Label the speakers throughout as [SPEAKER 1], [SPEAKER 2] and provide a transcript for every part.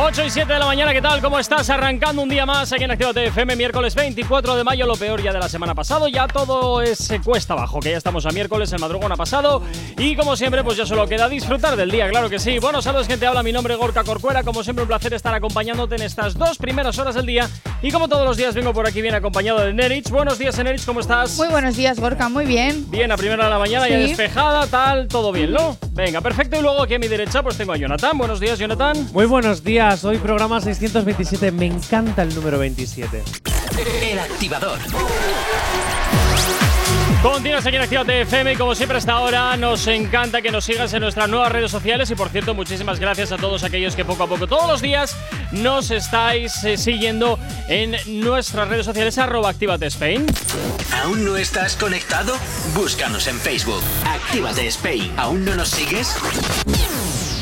[SPEAKER 1] 8 y 7 de la mañana, ¿qué tal? ¿Cómo estás? Arrancando un día más aquí en Actívate FM, miércoles 24 de mayo, lo peor ya de la semana pasado. Ya todo es eh, cuesta abajo, que ya estamos a miércoles, el madrugón ha pasado. Y como siempre, pues ya solo queda disfrutar del día, claro que sí. Bueno, saludos, gente. Habla mi nombre, es Gorka Corcuera. Como siempre, un placer estar acompañándote en estas dos primeras horas del día. Y como todos los días, vengo por aquí bien acompañado de Nerich. Buenos días, Nerich, ¿cómo estás?
[SPEAKER 2] Muy buenos días, Gorka, muy bien.
[SPEAKER 1] Bien, a primera de la mañana ya
[SPEAKER 2] Sí.
[SPEAKER 1] despejada, tal, todo bien, ¿no? Venga, perfecto. Y luego aquí a mi derecha, pues tengo a Jonathan. Buenos días, Jonathan.
[SPEAKER 3] Muy buenos días, hoy programa 627, me encanta el número 27.
[SPEAKER 4] El Activador.
[SPEAKER 1] Continuas aquí en Actívate FM y como siempre hasta ahora nos encanta que nos sigas en nuestras nuevas redes sociales y por cierto muchísimas gracias a todos aquellos que poco a poco todos los días nos estáis eh, siguiendo en nuestras redes sociales arroba Actívate Spain.
[SPEAKER 4] ¿Aún no estás conectado? Búscanos en Facebook. Actívate Spain. ¿Aún no nos sigues?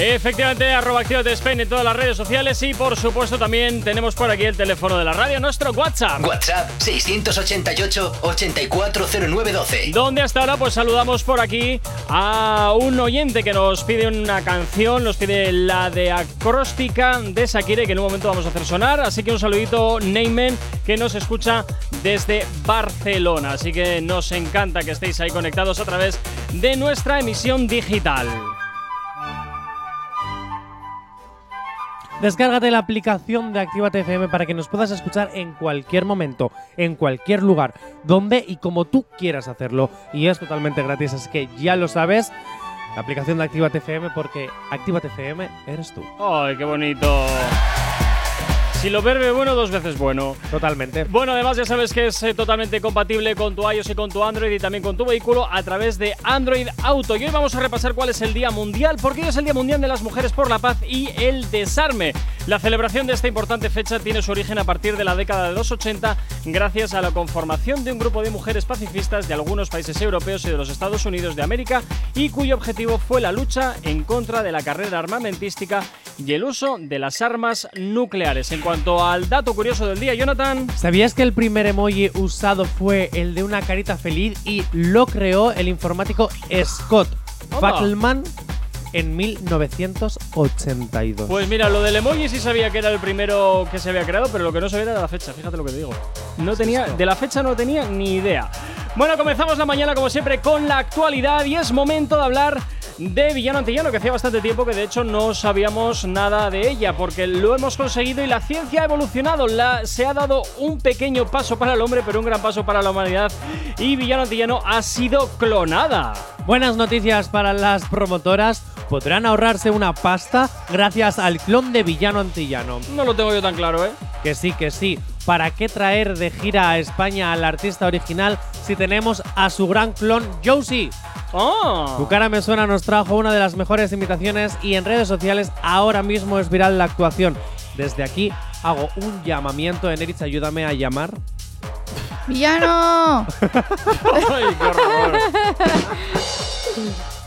[SPEAKER 1] Efectivamente, arroba Actívate Spain en todas las redes sociales y por supuesto también tenemos por aquí el teléfono de la radio, nuestro WhatsApp.
[SPEAKER 4] WhatsApp 688 840912.
[SPEAKER 1] Donde hasta ahora pues saludamos por aquí a un oyente que nos pide una canción, nos pide la de acróstica de Shakira que en un momento vamos a hacer sonar, así que un saludito Neymen que nos escucha desde Barcelona, así que nos encanta que estéis ahí conectados a través de nuestra emisión digital.
[SPEAKER 3] Descárgate la aplicación de Actívate FM para que nos puedas escuchar en cualquier momento, en cualquier lugar, donde y como tú quieras hacerlo. Y es totalmente gratis, así que ya lo sabes, la aplicación de Actívate FM porque Actívate FM eres tú.
[SPEAKER 1] ¡Ay, qué bonito! Si lo bebe bueno, dos veces bueno.
[SPEAKER 3] Totalmente.
[SPEAKER 1] Bueno, además ya sabes que es eh, totalmente compatible con tu iOS y con tu Android y también con tu vehículo a través de Android Auto. Y hoy vamos a repasar cuál es el Día Mundial, porque hoy es el Día Mundial de las Mujeres por la Paz y el Desarme. La celebración de esta importante fecha tiene su origen a partir de la década de los 80 gracias a la conformación de un grupo de mujeres pacifistas de algunos países europeos y de los Estados Unidos de América y cuyo objetivo fue la lucha en contra de la carrera armamentística y el uso de las armas nucleares. En cuanto al dato curioso del día, Jonathan...
[SPEAKER 3] ¿Sabías que el primer emoji usado fue el de una carita feliz y lo creó el informático Scott
[SPEAKER 1] Anda.
[SPEAKER 3] Fackelman en 1982?
[SPEAKER 1] Pues mira, lo del emoji sí sabía que era el primero que se había creado, pero lo que no sabía era la fecha, fíjate lo que te digo. No tenía, de la fecha no tenía ni idea. Bueno, comenzamos la mañana como siempre con la actualidad y es momento de hablar de Villano Antillano, que hacía bastante tiempo que de hecho no sabíamos nada de ella, porque lo hemos conseguido y la ciencia ha evolucionado, la, se ha dado un pequeño paso para el hombre, pero un gran paso para la humanidad y Villano Antillano ha sido clonada.
[SPEAKER 3] Buenas noticias para las promotoras. Podrán ahorrarse una pasta gracias al clon de villano antillano.
[SPEAKER 1] No lo tengo yo tan claro, ¿eh?
[SPEAKER 3] Que sí, que sí. ¿Para qué traer de gira a España al artista original si tenemos a su gran clon Josie?
[SPEAKER 1] ¡Oh!
[SPEAKER 3] Tu cara me suena nos trajo una de las mejores imitaciones y en redes sociales ahora mismo es viral la actuación. Desde aquí hago un llamamiento, Eneritz, ayúdame a llamar.
[SPEAKER 2] ¡Villano!
[SPEAKER 1] ¡Ay, qué horror!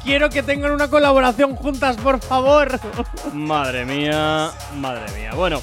[SPEAKER 3] Quiero que tengan una colaboración juntas, por favor.
[SPEAKER 1] Madre mía, madre mía. Bueno,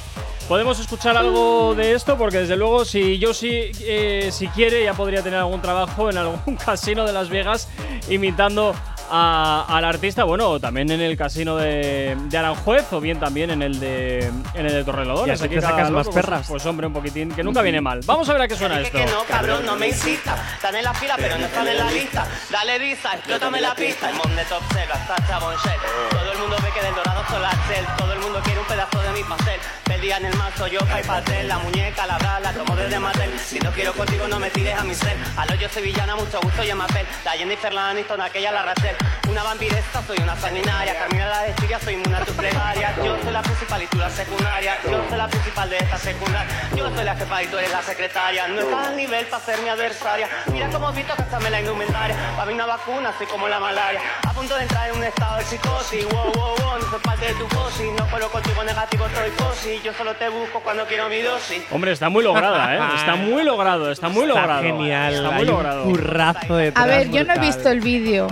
[SPEAKER 1] podemos escuchar algo de esto porque desde luego si yo sí, eh, si quiere ya podría tener algún trabajo en algún casino de Las Vegas imitando a- al artista, bueno, o también en el casino de, de Aranjuez o bien también en el de, en el de Torrelodones.
[SPEAKER 3] Y así te
[SPEAKER 1] cada
[SPEAKER 3] sacas
[SPEAKER 1] loco,
[SPEAKER 3] más
[SPEAKER 1] pues-
[SPEAKER 3] perras.
[SPEAKER 1] Pues, hombre, un poquitín que nunca viene mal. Vamos a ver a qué suena
[SPEAKER 5] Dije
[SPEAKER 1] esto.
[SPEAKER 5] que no, cabrón, no me insista. Están en la fila, pero no están en la lista. Dale risa, explótame la pista. El mom de Top Selva está chabón Shell. Todo el mundo ve que del dorado solar cel. Todo el mundo quiere un pedazo de mi pastel. Del día en el mazo, yo pa' y pastel, la muñeca, la bra, la tomo desde Matel. Si no quiero contigo, no me tires a mi ser. Al hoyo sevillana, mucho gusto y en papel. La Jennifer la Aniston, aquella la Rachel. Una vampiresta, soy una sanguinaria. Carmina la de Siria, soy inmune a tus plegarias. Yo soy la principal y tú la secundaria. Yo soy la principal de esta secundaria. Yo soy la jefa y tú eres la secretaria. No estás al nivel para ser mi adversaria. Mira cómo has visto gastarme la indumentaria. Para mí una vacuna, soy como la malaria. A punto de entrar en un estado de psicosis. Wow, wow, wow, no soy parte de tu cosi. No coloco contigo negativo, estoy cosi. Yo solo te busco cuando quiero mi dosis.
[SPEAKER 1] Hombre, está muy lograda, ¿eh? Está muy logrado, está muy
[SPEAKER 3] Está
[SPEAKER 1] logrado.
[SPEAKER 3] genial.
[SPEAKER 1] Está muy
[SPEAKER 3] hay un
[SPEAKER 1] logrado.
[SPEAKER 3] currazo detrás
[SPEAKER 2] A ver, yo no he
[SPEAKER 3] brutal.
[SPEAKER 2] visto el vídeo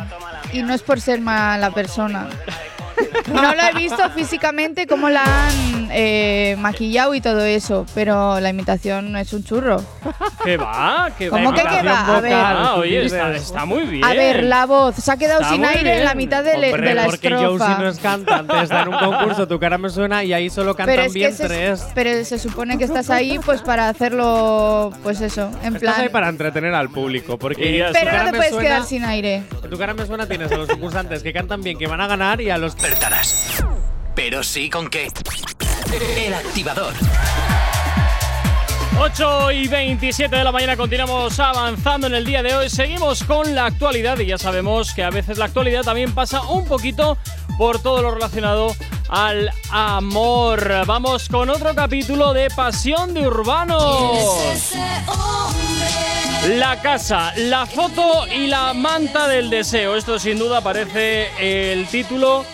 [SPEAKER 2] y no es por ser mala persona. No lo he visto físicamente cómo la han eh, maquillado y todo eso, pero la imitación es un churro.
[SPEAKER 1] ¿Qué va? ¿Qué va?
[SPEAKER 2] ¿Cómo que qué va? A ver.
[SPEAKER 1] Ah, oye, está, está muy bien.
[SPEAKER 2] A ver, la voz se ha quedado
[SPEAKER 1] Está
[SPEAKER 2] sin
[SPEAKER 1] muy
[SPEAKER 2] aire en la
[SPEAKER 1] bien.
[SPEAKER 2] mitad de, le-
[SPEAKER 3] Hombre,
[SPEAKER 2] de la
[SPEAKER 3] porque Josie no
[SPEAKER 2] estrofa.
[SPEAKER 3] es cantante, está en un concurso, tu cara me suena y ahí solo cantan
[SPEAKER 2] Pero es que
[SPEAKER 3] bien
[SPEAKER 2] se,
[SPEAKER 3] tres.
[SPEAKER 2] pero se supone que estás ahí pues para hacerlo, pues eso, en
[SPEAKER 3] Estás ahí
[SPEAKER 2] plan.
[SPEAKER 3] para entretener al público,
[SPEAKER 1] Y
[SPEAKER 3] porque
[SPEAKER 1] ya
[SPEAKER 3] tu
[SPEAKER 1] está.
[SPEAKER 2] Pero
[SPEAKER 3] cara
[SPEAKER 2] no te
[SPEAKER 3] me
[SPEAKER 2] puedes
[SPEAKER 3] suena-
[SPEAKER 2] quedar sin aire.
[SPEAKER 3] En tu cara me suena tienes a los concursantes que cantan bien, que van a ganar y a los
[SPEAKER 4] despertarás. Pero sí con qué. El activador.
[SPEAKER 1] 8 y 27 de la mañana continuamos avanzando en el día de hoy. Seguimos con la actualidad y ya sabemos que a veces la actualidad también pasa un poquito por todo lo relacionado al amor. Vamos con otro capítulo de Pasión de Urbanos. La casa, la foto y la manta del deseo. Esto sin duda parece el título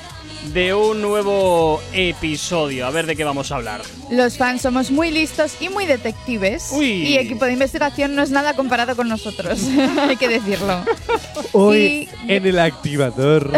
[SPEAKER 1] de un nuevo episodio. A ver de qué vamos a hablar.
[SPEAKER 2] Los fans somos muy listos y muy detectives.
[SPEAKER 1] Uy.
[SPEAKER 2] Y equipo de investigación no es nada comparado con nosotros, hay que decirlo.
[SPEAKER 3] hoy
[SPEAKER 2] Y-
[SPEAKER 3] en el activador.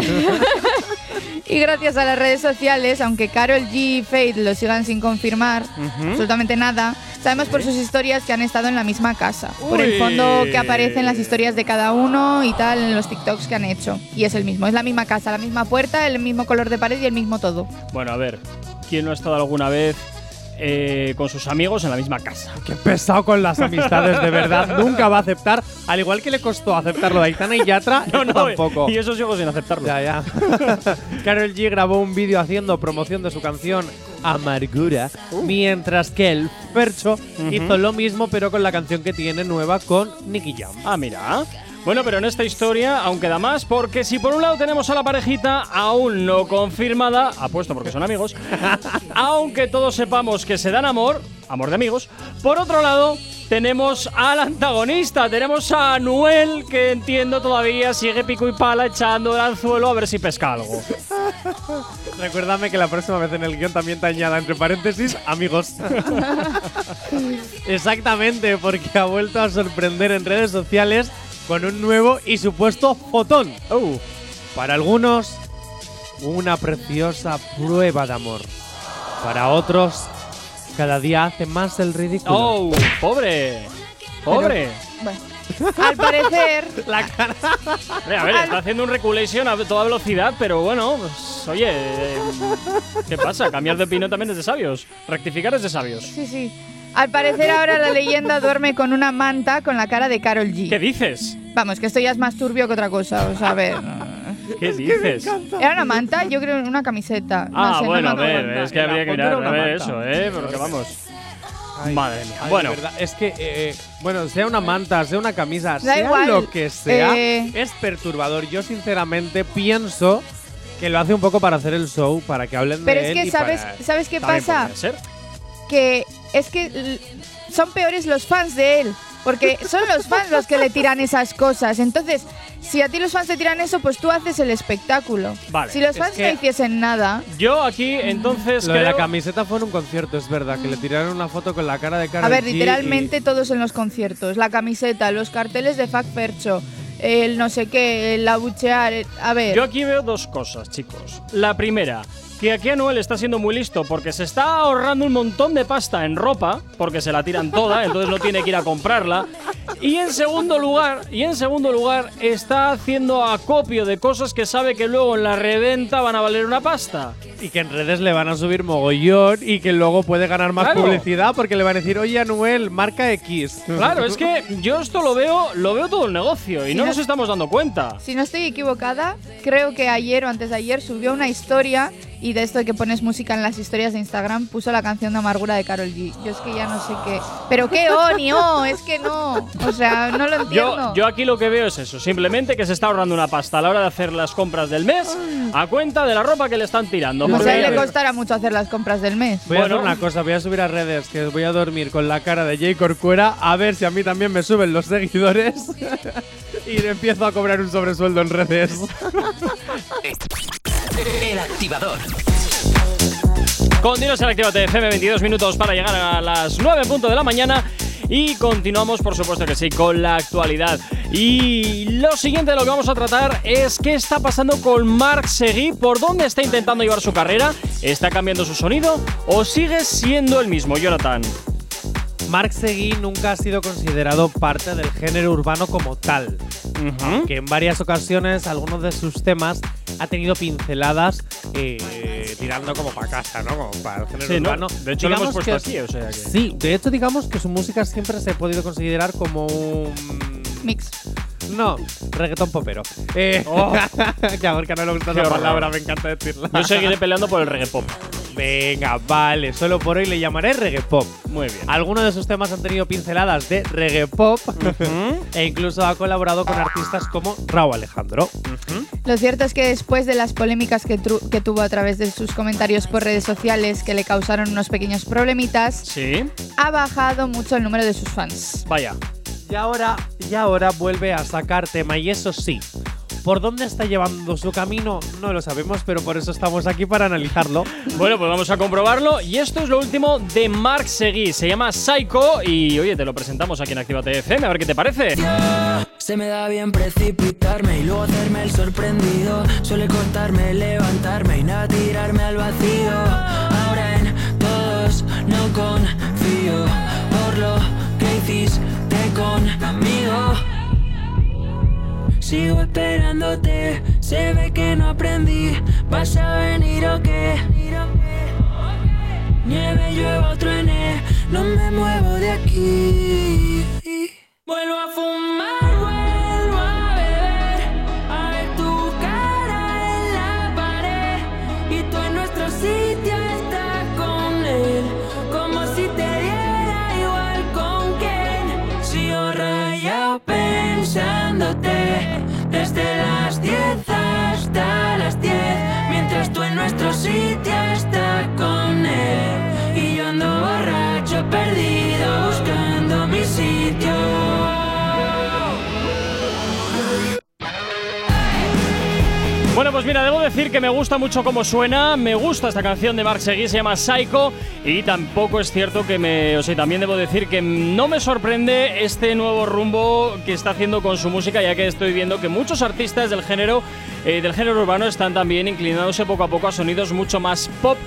[SPEAKER 2] Y gracias a las redes sociales, aunque Carol G y Fate lo sigan sin confirmar absolutamente nada, sabemos por sus historias que han estado en la misma casa. Por
[SPEAKER 1] Uy.
[SPEAKER 2] el fondo que aparecen las historias de cada uno y tal en los TikToks que han hecho. Y es el mismo, es la misma casa, la misma puerta, el mismo color de pared y el mismo todo.
[SPEAKER 1] Bueno, a ver, ¿quién no ha estado alguna vez eh, con sus amigos en la misma casa?
[SPEAKER 3] Qué pesado con las amistades, de verdad. Nunca va a aceptar, al igual que le costó aceptarlo a Aitana y Yatra, no, tampoco.
[SPEAKER 1] Y eso sigo sin aceptarlo.
[SPEAKER 3] Ya, ya. Carol G grabó un vídeo haciendo promoción de su canción Amargura,
[SPEAKER 1] Uh.
[SPEAKER 3] mientras que el Percho hizo lo mismo, pero con la canción que tiene nueva con Nicky Jam.
[SPEAKER 1] Ah, mira. Bueno, pero en esta historia aún queda más, porque si por un lado tenemos a la parejita aún no confirmada, apuesto porque son amigos, aunque todos sepamos que se dan amor, amor de amigos, por otro lado tenemos al antagonista, tenemos a Anuel, que entiendo todavía sigue pico y pala echando el anzuelo a ver si pesca algo.
[SPEAKER 3] Recuérdame que la próxima vez en el guión también te añada, entre paréntesis, amigos. Exactamente, porque ha vuelto a sorprender en redes sociales con un nuevo y supuesto fotón. Para algunos, una preciosa prueba de amor. Para otros, cada día hace más el ridículo.
[SPEAKER 1] ¡Oh! ¡Pobre! ¡Pobre!
[SPEAKER 2] Bueno. Al parecer,
[SPEAKER 1] Hombre, a ver,
[SPEAKER 3] Ah,
[SPEAKER 1] está haciendo un reculation a toda velocidad, pero bueno, pues, oye, eh, ¿qué pasa? Cambiar de opinión también es de sabios. Rectificar es de sabios.
[SPEAKER 2] sí, sí. Al parecer ahora la leyenda duerme con una manta con la cara de Carol G.
[SPEAKER 1] ¿Qué dices?
[SPEAKER 2] Vamos, que esto ya es más turbio que otra cosa, o sea, a ver.
[SPEAKER 1] ¿Qué dices?
[SPEAKER 2] Era una manta, yo creo una camiseta. No
[SPEAKER 1] ah,
[SPEAKER 2] sé, no
[SPEAKER 1] bueno, a
[SPEAKER 2] me acuerdo.
[SPEAKER 1] ver, es que
[SPEAKER 3] La
[SPEAKER 1] habría que
[SPEAKER 3] foto era
[SPEAKER 1] mirar a
[SPEAKER 3] una
[SPEAKER 1] ver
[SPEAKER 3] manta.
[SPEAKER 1] eso, ¿eh? Porque vamos.
[SPEAKER 3] Ay,
[SPEAKER 1] Madre mía.
[SPEAKER 3] ay, de
[SPEAKER 1] bueno,
[SPEAKER 3] verdad, es que, eh, eh, bueno, sea una manta, sea una camisa,
[SPEAKER 2] Da
[SPEAKER 3] sea
[SPEAKER 2] igual,
[SPEAKER 3] lo que sea,
[SPEAKER 2] eh.
[SPEAKER 3] es perturbador. Yo, sinceramente, pienso que lo hace un poco para hacer el show, para que hablen
[SPEAKER 2] Pero
[SPEAKER 3] de
[SPEAKER 2] es
[SPEAKER 3] él
[SPEAKER 2] que
[SPEAKER 3] y para-
[SPEAKER 2] sabes, ¿sabes qué
[SPEAKER 1] también
[SPEAKER 2] pasa?
[SPEAKER 1] podría ser.
[SPEAKER 2] Que es que l- son peores los fans de él. Porque son los fans los que le tiran esas cosas. Entonces, si a ti los fans te tiran eso, pues tú haces el espectáculo.
[SPEAKER 1] Vale,
[SPEAKER 2] si los
[SPEAKER 3] es
[SPEAKER 2] fans
[SPEAKER 3] que-
[SPEAKER 2] no hiciesen nada,
[SPEAKER 1] Yo aquí, entonces.
[SPEAKER 3] Lo de la
[SPEAKER 1] creo-
[SPEAKER 3] camiseta fue en un concierto, es verdad, que le tiraron una foto con la cara de cara
[SPEAKER 2] a
[SPEAKER 1] eh,
[SPEAKER 2] ver, literalmente todos en los conciertos, la camiseta, los carteles de Fac Percho, el no sé qué, el abuchear, el- a ver.
[SPEAKER 1] Yo aquí veo dos cosas, chicos. La primera, que aquí Anuel está siendo muy listo porque se está ahorrando un montón de pasta en ropa, porque se la tiran toda, entonces no tiene que ir a comprarla. Y en segundo lugar, y en segundo lugar, está haciendo acopio de cosas que sabe que luego en la reventa van a valer una pasta.
[SPEAKER 3] Y que en redes le van a subir mogollón y que luego puede ganar más
[SPEAKER 1] Claro.
[SPEAKER 3] publicidad porque le van a decir, oye, Anuel, marca X.
[SPEAKER 1] Claro, es que yo esto lo veo, lo veo todo el negocio y
[SPEAKER 2] Sí,
[SPEAKER 1] no
[SPEAKER 2] no-
[SPEAKER 1] nos estamos dando cuenta.
[SPEAKER 2] Si no estoy equivocada, creo que ayer o antes de ayer subió una historia y de esto de que pones música en las historias de Instagram, puso la canción de Amargura de Carol G. Yo es que ya no sé qué. Pero qué oh, ni oh, es que no. O sea, no lo entiendo.
[SPEAKER 1] Yo, yo aquí lo que veo es eso, simplemente que se está ahorrando una pasta a la hora de hacer las compras del mes a cuenta de la ropa que le están tirando.
[SPEAKER 2] o sea,
[SPEAKER 1] Porque-
[SPEAKER 2] le costará mucho hacer las compras del mes.
[SPEAKER 3] Voy
[SPEAKER 1] Bueno.
[SPEAKER 3] a hacer una cosa, voy a subir a redes que voy a dormir con la cara de Jay Corcuera a ver si a mí también me suben los seguidores y empiezo a cobrar un sobresueldo en redes.
[SPEAKER 4] El activador.
[SPEAKER 1] Continuamos en Actívate FM, 22 minutos para llegar a las 9 en punto de la mañana. Y continuamos, por supuesto que sí, con la actualidad. Y lo siguiente de lo que vamos a tratar es qué está pasando con Marc Seguí, por dónde está intentando llevar su carrera, está cambiando su sonido o sigue siendo el mismo, Jonathan.
[SPEAKER 3] Mark Seguí nunca ha sido considerado parte del género urbano como tal,
[SPEAKER 1] Ujú.
[SPEAKER 3] que en varias ocasiones algunos de sus temas ha tenido pinceladas eh, tirando como para casa, ¿no? Como para el género
[SPEAKER 1] Sí, ¿no?
[SPEAKER 3] urbano.
[SPEAKER 1] De hecho, lo hemos
[SPEAKER 3] Digamos
[SPEAKER 1] puesto aquí,
[SPEAKER 3] que-
[SPEAKER 1] o sea que-
[SPEAKER 3] Sí, de hecho digamos que su música siempre se ha podido considerar como un...
[SPEAKER 2] Mix.
[SPEAKER 3] No, reggaetón popero. Eh,
[SPEAKER 1] Oh.
[SPEAKER 3] que a Gorka no le gusta
[SPEAKER 1] Qué
[SPEAKER 3] esa
[SPEAKER 1] horror.
[SPEAKER 3] palabra, me encanta decirla.
[SPEAKER 1] Yo seguiré peleando por el reggae pop.
[SPEAKER 3] Venga, vale, solo por hoy le llamaré reggae pop.
[SPEAKER 1] Muy bien.
[SPEAKER 3] Algunos de sus temas han tenido pinceladas de reggae pop
[SPEAKER 1] Ujú.
[SPEAKER 3] e incluso ha colaborado con artistas como Raúl Alejandro.
[SPEAKER 2] Lo cierto es que después de las polémicas que, tru- que tuvo a través de sus comentarios por redes sociales que le causaron unos pequeños problemitas,
[SPEAKER 1] Sí,
[SPEAKER 2] ha bajado mucho el número de sus fans.
[SPEAKER 1] vaya.
[SPEAKER 3] Y ahora, y ahora vuelve a sacar tema y eso sí. ¿Por dónde está llevando su camino? No lo sabemos, pero por eso estamos aquí para analizarlo.
[SPEAKER 1] Bueno, pues vamos a comprobarlo. Y esto es lo último de Mark Seguí. Se llama Psycho y oye, te lo presentamos aquí en Actívate FM, a ver qué te parece.
[SPEAKER 6] Se me da bien precipitarme y luego hacerme el sorprendido. Suele costarme levantarme y nada tirarme al vacío. Ahora en todos no confío por lo que hiciste conmigo. Sigo esperándote, se ve que no aprendí. ¿Vas a venir o qué? Nieve, llueva, truene, no me muevo de aquí. Vuelvo a fumar, vuelvo a beber, a ver tu cara en la pared. Y tú en nuestro sitio estás con él, como si te diera igual con quién. Sigo rayado pensándote, desde las 10 hasta las 10, mientras tú en nuestro sitio estás con él. Y yo ando borracho, perdido, buscando mi sitio.
[SPEAKER 1] Bueno, pues mira, debo decir que me gusta mucho cómo suena, me gusta esta canción de Mark Seguí, se llama Psycho y tampoco es cierto que me, o sea, también debo decir que no me sorprende este nuevo rumbo que está haciendo con su música, ya que estoy viendo que muchos artistas del género eh, del género urbano están también inclinándose poco a poco a sonidos mucho más pop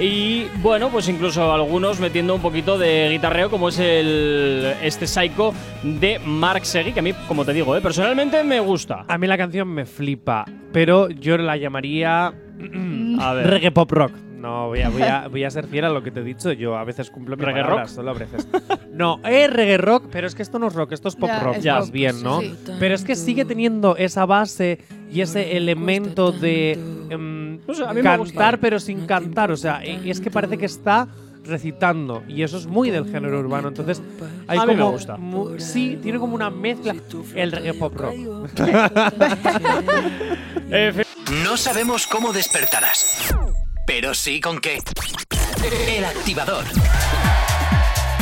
[SPEAKER 1] y bueno, pues incluso algunos metiendo un poquito de guitarreo, como es el este Psycho de Mark Seguí, que a mí, como te digo, eh, personalmente me gusta.
[SPEAKER 3] A mí la canción me flipa, pero yo la llamaría
[SPEAKER 1] A ver.
[SPEAKER 3] reggae pop rock. No, voy a, voy, a, voy a ser fiel a lo que te he dicho. Yo a veces cumplo mi
[SPEAKER 1] ¿Reggae
[SPEAKER 3] palabra,
[SPEAKER 1] rock?
[SPEAKER 3] solo a veces. No, es reggae rock, pero es que esto no es rock, esto es pop
[SPEAKER 2] Ya,
[SPEAKER 3] rock,
[SPEAKER 2] es
[SPEAKER 3] más
[SPEAKER 2] pop,
[SPEAKER 3] bien, ¿no?
[SPEAKER 2] sí, sí.
[SPEAKER 3] Pero es que sigue teniendo esa base y ese elemento de em,
[SPEAKER 1] No sé, a mí me gusta.
[SPEAKER 3] cantar pero sin cantar. O sea, y y es que parece que está recitando y eso es muy del género urbano. Entonces, hay
[SPEAKER 1] A mí
[SPEAKER 3] como
[SPEAKER 1] me gusta.
[SPEAKER 3] mu- sí, tiene como una mezcla el reggae pop rock.
[SPEAKER 1] Eh,
[SPEAKER 4] No sabemos cómo despertarás, pero sí con qué. El activador.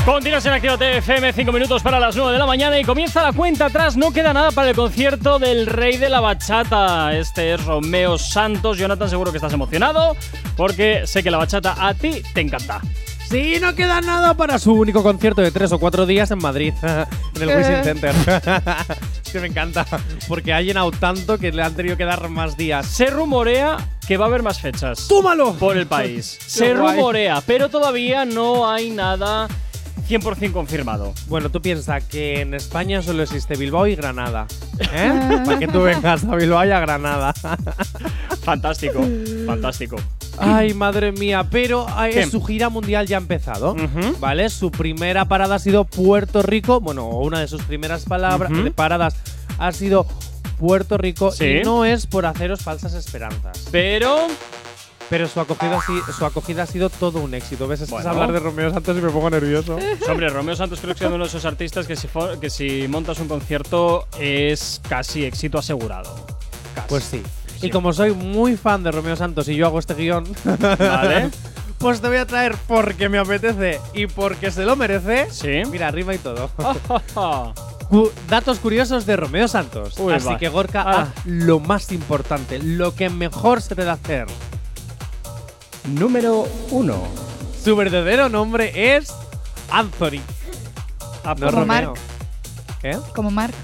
[SPEAKER 1] Continuas en Actívate FM, 5 minutos para las 9 de la mañana y comienza la cuenta atrás. No queda nada para el concierto del Rey de la Bachata. Este es Romeo Santos. Jonathan, seguro que estás emocionado porque sé que la bachata a ti te encanta.
[SPEAKER 3] Sí, no queda nada para su único concierto de tres o cuatro días en Madrid, en el Wishing Center. es que me encanta, porque ha llenado tanto que le han tenido que dar más días.
[SPEAKER 1] Se rumorea que va a haber más fechas
[SPEAKER 3] ¡Túmalo!
[SPEAKER 1] por el país. Se
[SPEAKER 3] guay.
[SPEAKER 1] rumorea, pero todavía no hay nada 100% confirmado.
[SPEAKER 3] Bueno, tú piensas que en España solo existe Bilbao y Granada. ¿Eh? Para que tú vengas a Bilbao y a Granada.
[SPEAKER 1] Fantástico, fantástico.
[SPEAKER 3] Ay, madre mía, pero ay,
[SPEAKER 1] ¿Qué?
[SPEAKER 3] su gira mundial ya ha empezado,
[SPEAKER 1] Ujú.
[SPEAKER 3] ¿vale? Su primera parada ha sido Puerto Rico, bueno, una de sus primeras palabras,
[SPEAKER 1] Ujú.
[SPEAKER 3] de paradas ha sido Puerto Rico
[SPEAKER 1] Sí.
[SPEAKER 3] y no es por haceros falsas esperanzas.
[SPEAKER 1] Pero
[SPEAKER 3] Pero su acogida, ha si- su acogida ha sido todo un éxito. ¿Ves? Es que es
[SPEAKER 1] Bueno. Eh,
[SPEAKER 3] hablar de Romeo Santos y me pongo nervioso.
[SPEAKER 1] Sí, Pues Hombre, Romeo Santos creo que es uno de esos artistas que si, fo- que si montas un concierto es casi éxito asegurado. Casi.
[SPEAKER 3] Pues sí.
[SPEAKER 1] Sí.
[SPEAKER 3] Y como soy muy fan de Romeo Santos y yo hago este guión,
[SPEAKER 1] ¿Vale?
[SPEAKER 3] pues te voy a traer porque me apetece y porque se lo merece.
[SPEAKER 1] Sí.
[SPEAKER 3] Mira, arriba y todo.
[SPEAKER 1] Vale,
[SPEAKER 3] Cu- datos curiosos de Romeo Santos.
[SPEAKER 1] Uy,
[SPEAKER 3] Así
[SPEAKER 1] va.
[SPEAKER 3] que Gorka,
[SPEAKER 1] Ala.
[SPEAKER 3] haz lo más importante, lo que mejor se te da hacer.
[SPEAKER 7] Número 1.
[SPEAKER 3] Su verdadero nombre es Anthony. Ah,
[SPEAKER 2] Como Mark.
[SPEAKER 3] ¿Eh?
[SPEAKER 2] Como Mark.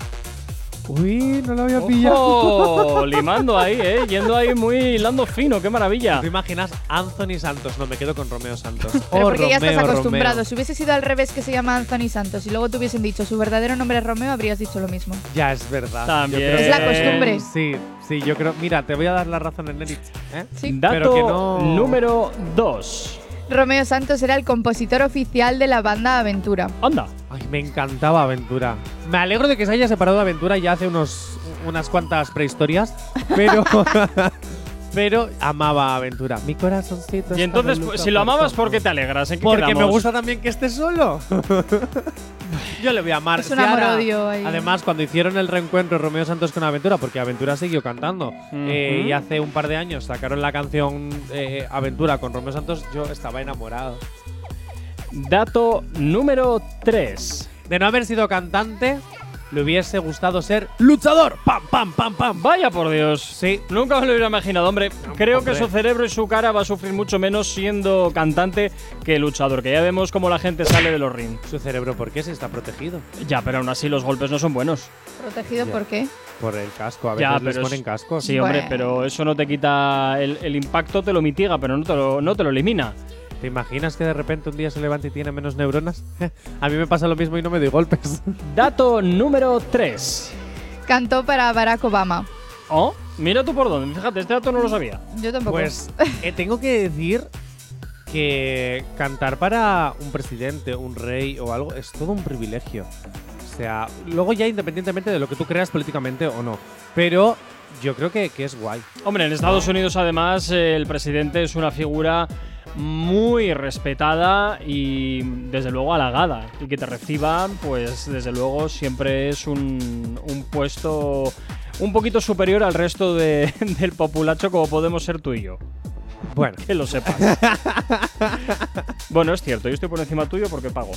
[SPEAKER 3] Uy, no lo había
[SPEAKER 1] Ojo, limando ahí, ¿eh? Yendo ahí muy hilando fino, qué maravilla.
[SPEAKER 3] ¿Te imaginas Anthony Santos? No, me quedo con Romeo Santos.
[SPEAKER 2] Pero
[SPEAKER 3] Oh,
[SPEAKER 2] porque ya estás
[SPEAKER 3] Romeo,
[SPEAKER 2] acostumbrado.
[SPEAKER 3] Romeo.
[SPEAKER 2] Si hubiese sido al revés que se llama Anthony Santos y luego te hubiesen dicho su verdadero nombre es Romeo, habrías dicho lo mismo.
[SPEAKER 3] Ya es verdad.
[SPEAKER 1] También.
[SPEAKER 3] Yo creo
[SPEAKER 2] Es la
[SPEAKER 3] que-
[SPEAKER 2] costumbre.
[SPEAKER 3] Sí, sí, yo creo. Mira, te voy a dar la razón en Nerich. ¿eh?
[SPEAKER 2] Sí.
[SPEAKER 1] Dato
[SPEAKER 3] Pero que no-
[SPEAKER 1] número 2.
[SPEAKER 2] Romeo Santos era el compositor oficial de la banda Aventura.
[SPEAKER 1] Anda.
[SPEAKER 3] Ay, me encantaba Aventura. Me alegro de que se haya separado de Aventura ya hace unos, unas cuantas prehistorias, pero, pero amaba Aventura. Mi corazoncito.
[SPEAKER 1] Y
[SPEAKER 3] está
[SPEAKER 1] entonces, pues,
[SPEAKER 3] maluco
[SPEAKER 1] si lo
[SPEAKER 3] por
[SPEAKER 1] amabas,
[SPEAKER 3] todo.
[SPEAKER 1] ¿por qué te alegras? ¿En qué
[SPEAKER 3] Porque me
[SPEAKER 1] quedamos?
[SPEAKER 3] gusta también que esté solo. Yo le voy a amar.
[SPEAKER 2] Es un
[SPEAKER 3] Si ahora-
[SPEAKER 2] amor-odio ahí.
[SPEAKER 3] Además, cuando hicieron el reencuentro Romeo Santos con Aventura, porque Aventura siguió cantando, eh, y hace un par de años sacaron la canción eh, Aventura con Romeo Santos, yo estaba enamorado.
[SPEAKER 1] Dato número 3.
[SPEAKER 3] De no haber sido cantante, le hubiese gustado ser luchador. ¡Pam, pam, pam, pam!
[SPEAKER 1] Vaya por Dios.
[SPEAKER 3] Sí.
[SPEAKER 1] Nunca me lo hubiera imaginado, hombre. Creo
[SPEAKER 3] hombre.
[SPEAKER 1] que su cerebro y su cara va a sufrir mucho menos siendo cantante que luchador, que ya vemos cómo la gente sale de los ring.
[SPEAKER 3] Su cerebro, ¿por qué se está protegido?
[SPEAKER 1] Ya, pero aún así los golpes no son buenos.
[SPEAKER 2] ¿Protegido
[SPEAKER 3] Ya.
[SPEAKER 2] por qué?
[SPEAKER 3] Por el casco, a veces
[SPEAKER 1] Ya,
[SPEAKER 3] les
[SPEAKER 1] pero es-
[SPEAKER 3] ponen cascos.
[SPEAKER 1] Sí, hombre,
[SPEAKER 2] Bueno.
[SPEAKER 1] pero eso no te quita el, el impacto, te lo mitiga, pero no te lo, no te lo elimina.
[SPEAKER 3] ¿Te imaginas que de repente un día se levanta y tiene menos neuronas? a mí me pasa lo mismo y no me doy golpes.
[SPEAKER 1] Dato número 3.
[SPEAKER 2] Cantó para Barack Obama.
[SPEAKER 1] Oh, mira tú por dónde. Fíjate, este dato no lo sabía.
[SPEAKER 2] Yo tampoco.
[SPEAKER 3] Pues eh, tengo que decir que cantar para un presidente, un rey o algo es todo un privilegio. O sea, luego ya independientemente de lo que tú creas políticamente o no. Pero yo creo que, que es guay.
[SPEAKER 1] Hombre, en Estados Unidos además eh, el presidente es una figura muy respetada y desde luego halagada. Y que te reciba, pues desde luego siempre es un, un puesto un poquito superior al resto de- del populacho como podemos ser tú y yo.
[SPEAKER 3] Bueno,
[SPEAKER 1] Que lo sepas. bueno, es cierto, yo estoy por encima tuyo porque pago.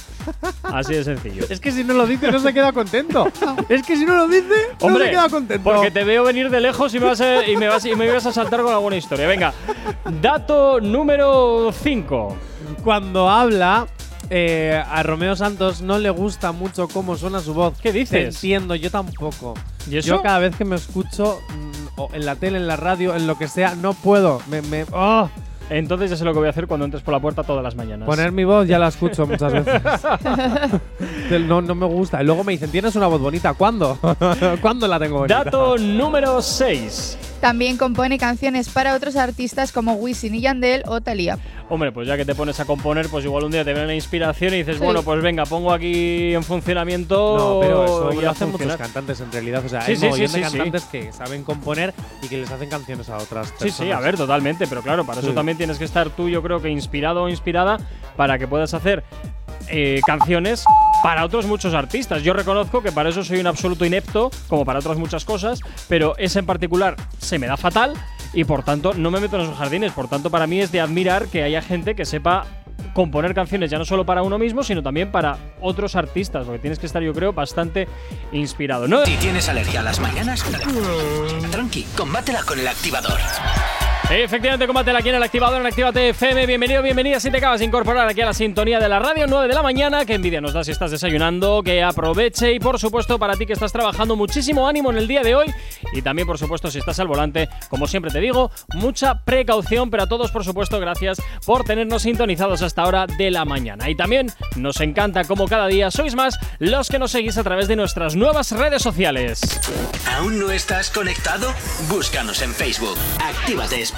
[SPEAKER 1] Así de sencillo.
[SPEAKER 3] es que si no lo dice no se queda contento. es que si no lo dice no se
[SPEAKER 1] Hombre,
[SPEAKER 3] queda contento.
[SPEAKER 1] porque te veo venir de lejos y me vas a, y me vas, y me ibas a saltar con alguna historia. Venga, dato número 5.
[SPEAKER 3] cuando habla eh, a Romeo Santos no le gusta mucho cómo suena su voz.
[SPEAKER 1] ¿Qué dices?
[SPEAKER 3] Te entiendo, yo tampoco.
[SPEAKER 1] ¿Y eso?
[SPEAKER 3] Yo cada vez que me escucho mm, o en la tele, en la radio, en lo que sea, no puedo. Me, me-
[SPEAKER 1] Ah,
[SPEAKER 3] ¡Oh!
[SPEAKER 1] Entonces ya sé lo que voy a hacer cuando entres por la puerta todas las mañanas.
[SPEAKER 3] poner mi voz ya la escucho muchas veces. Del- no, no me gusta. Y luego me dicen, tienes una voz bonita. ¿Cuándo? ¿Cuándo la tengo bonita?
[SPEAKER 1] dato número 6.
[SPEAKER 2] También compone canciones para otros artistas como Wisin y Yandel o Thalía.
[SPEAKER 1] Hombre, pues ya que te pones a componer, pues igual un día te viene una inspiración y dices,
[SPEAKER 2] Sí.
[SPEAKER 1] bueno, pues venga, pongo aquí en funcionamiento.
[SPEAKER 3] No, pero eso
[SPEAKER 1] y
[SPEAKER 3] lo
[SPEAKER 1] a
[SPEAKER 3] hacen muchos
[SPEAKER 1] funcionar.
[SPEAKER 3] cantantes en realidad. O sea,
[SPEAKER 1] Sí,
[SPEAKER 3] hay
[SPEAKER 1] sí, sí,
[SPEAKER 3] mogollón
[SPEAKER 1] sí,
[SPEAKER 3] de
[SPEAKER 1] sí.
[SPEAKER 3] cantantes que saben componer y que les hacen canciones a otras
[SPEAKER 1] Sí,
[SPEAKER 3] personas.
[SPEAKER 1] sí, a ver, totalmente, pero claro, para eso
[SPEAKER 3] Sí.
[SPEAKER 1] también tienes que estar tú, yo creo que inspirado o inspirada para que puedas hacer eh, canciones para otros muchos artistas. Yo reconozco que para eso soy un absoluto inepto, como para otras muchas cosas, pero ese en particular se me da fatal y por tanto no me meto en esos jardines. Por tanto, para mí es de admirar que haya gente que sepa componer canciones ya no solo para uno mismo, sino también para otros artistas, porque tienes que estar, yo creo, bastante inspirado. No
[SPEAKER 4] Si tienes alergia a las mañanas, tranqui, combátela con el activador.
[SPEAKER 1] Efectivamente, combátela aquí en el activador en Actívate FM. Bienvenido, bienvenida. Si te acabas de incorporar aquí a la sintonía de la radio, 9 de la mañana. Que envidia nos da si estás desayunando, que aproveche. Y por supuesto, para ti que estás trabajando, muchísimo ánimo en el día de hoy. Y también, por supuesto, si estás al volante, como siempre te digo, mucha precaución. Pero a todos, por supuesto, gracias por tenernos sintonizados hasta ahora de la mañana. Y también nos encanta, como cada día sois más, los que nos seguís a través de nuestras nuevas redes sociales.
[SPEAKER 4] ¿Aún no estás conectado? Búscanos en Facebook. Actívate Spain.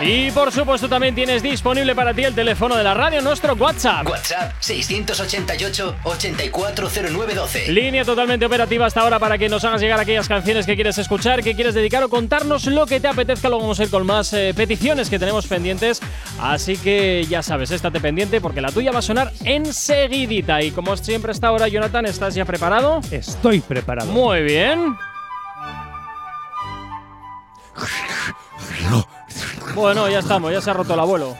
[SPEAKER 1] Y por supuesto también tienes disponible para ti el teléfono de la radio, nuestro WhatsApp.
[SPEAKER 4] WhatsApp 688 840912.
[SPEAKER 1] Línea totalmente operativa hasta ahora para que nos hagas llegar aquellas canciones que quieres escuchar, que quieres dedicar o contarnos lo que te apetezca. Luego vamos a ir con más eh, peticiones que tenemos pendientes. Así que ya sabes, estate pendiente porque la tuya va a sonar enseguidita. Y como siempre hasta ahora, Jonathan, ¿estás ya preparado?
[SPEAKER 3] Estoy preparado.
[SPEAKER 1] Muy bien. Bueno, ya estamos, ya se ha roto el abuelo.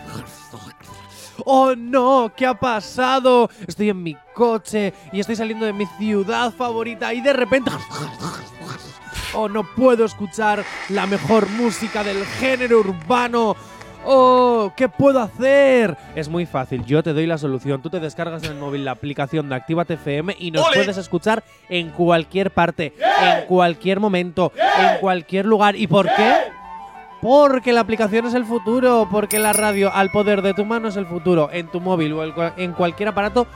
[SPEAKER 3] ¡Oh no! ¿Qué ha pasado? Estoy en mi coche y estoy saliendo de mi ciudad favorita y de repente... ¡Oh no puedo escuchar la mejor música del género urbano! ¡Oh! ¿Qué puedo hacer? Es muy fácil, yo te doy la solución. Tú te descargas en el móvil la aplicación de Actívate FM y nos puedes escuchar en cualquier parte, en cualquier momento, en cualquier lugar. ¿Y por qué? Porque la aplicación es el futuro, porque la radio al poder de tu mano es el futuro, en tu móvil o en cua- en cualquier aparato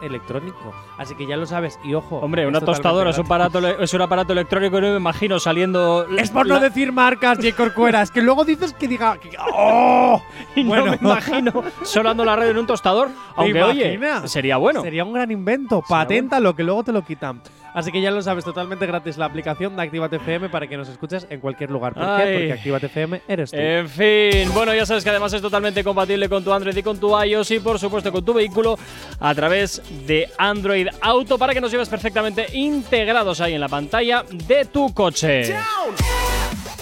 [SPEAKER 3] electrónico. Así que ya lo sabes, y ojo.
[SPEAKER 1] Hombre,
[SPEAKER 3] es
[SPEAKER 1] una
[SPEAKER 3] totalmente
[SPEAKER 1] tostadora es un,
[SPEAKER 3] gratis.
[SPEAKER 1] aparato, ele- es un aparato electrónico y no me imagino saliendo. la-
[SPEAKER 3] Es por no
[SPEAKER 1] la-
[SPEAKER 3] decir marcas, J. Corcuera, es que luego dices que diga. que- ¡Oh!
[SPEAKER 1] y
[SPEAKER 3] Bueno.
[SPEAKER 1] no me imagino sonando la radio en un tostador. Aunque, oye,
[SPEAKER 3] imaginas?
[SPEAKER 1] sería bueno.
[SPEAKER 3] Sería un gran invento. Paténtalo, que luego te lo quitan. Así que ya lo sabes, totalmente gratis la aplicación de Actívate FM para que nos escuches en cualquier lugar. ¿Por
[SPEAKER 1] Ay. Eh,
[SPEAKER 3] qué? Porque Actívate FM eres tú.
[SPEAKER 1] En fin, bueno, ya sabes que además es totalmente compatible con tu Android y con tu iOS y por supuesto con tu vehículo a través de Android Auto para que nos lleves perfectamente integrados ahí en la pantalla de tu coche.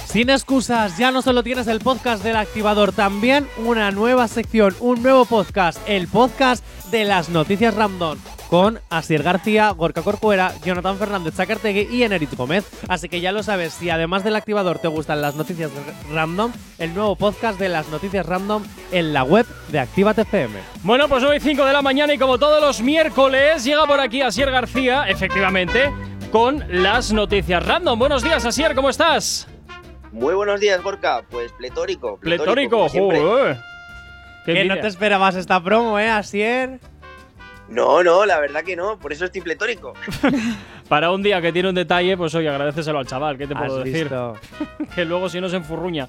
[SPEAKER 3] Sin excusas, ya no solo tienes el podcast del activador, también una nueva sección, un nuevo podcast, el podcast de las noticias random, con Asier García, Gorka Corcuera, Jonathan Fernández Chacartegui y Enerit Gómez. Así que ya lo sabes, si además del activador te gustan las noticias r- random, el nuevo podcast de las noticias random en la web de Actívate FM.
[SPEAKER 1] Bueno, pues hoy 5 de la mañana y como todos los miércoles llega por aquí Asier García, efectivamente, con las noticias random. Buenos días, Asier, ¿cómo estás?
[SPEAKER 7] Muy buenos días, Gorka. Pues pletórico.
[SPEAKER 1] Pletórico,
[SPEAKER 7] como siempre.
[SPEAKER 1] joder. Qué
[SPEAKER 3] Que no
[SPEAKER 1] envidia.
[SPEAKER 3] te esperabas esta promo, ¿eh, Asier?
[SPEAKER 7] No, no, la verdad que no. Por eso estoy pletórico.
[SPEAKER 1] Para un día que tiene un detalle, pues oye, agradeceselo al chaval, ¿qué te puedo
[SPEAKER 3] Has
[SPEAKER 1] decir?
[SPEAKER 3] visto.
[SPEAKER 1] que luego si no se enfurruña.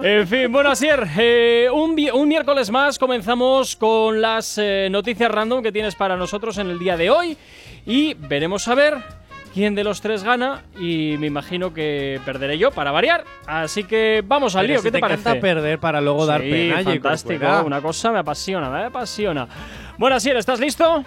[SPEAKER 1] En fin, bueno, Asier, eh, un, vi- un miércoles más comenzamos con las eh, noticias random que tienes para nosotros en el día de hoy y veremos a ver quién de los tres gana y me imagino que perderé yo para variar. Así que vamos al
[SPEAKER 3] Pero
[SPEAKER 1] lío,
[SPEAKER 3] si
[SPEAKER 1] ¿qué te,
[SPEAKER 3] encanta
[SPEAKER 1] parece?
[SPEAKER 3] perder para luego dar
[SPEAKER 1] Sí,
[SPEAKER 3] pena, J.
[SPEAKER 1] fantástico,
[SPEAKER 3] Corcuera.
[SPEAKER 1] una cosa me apasiona, me apasiona. Bueno, Asier, ¿estás listo?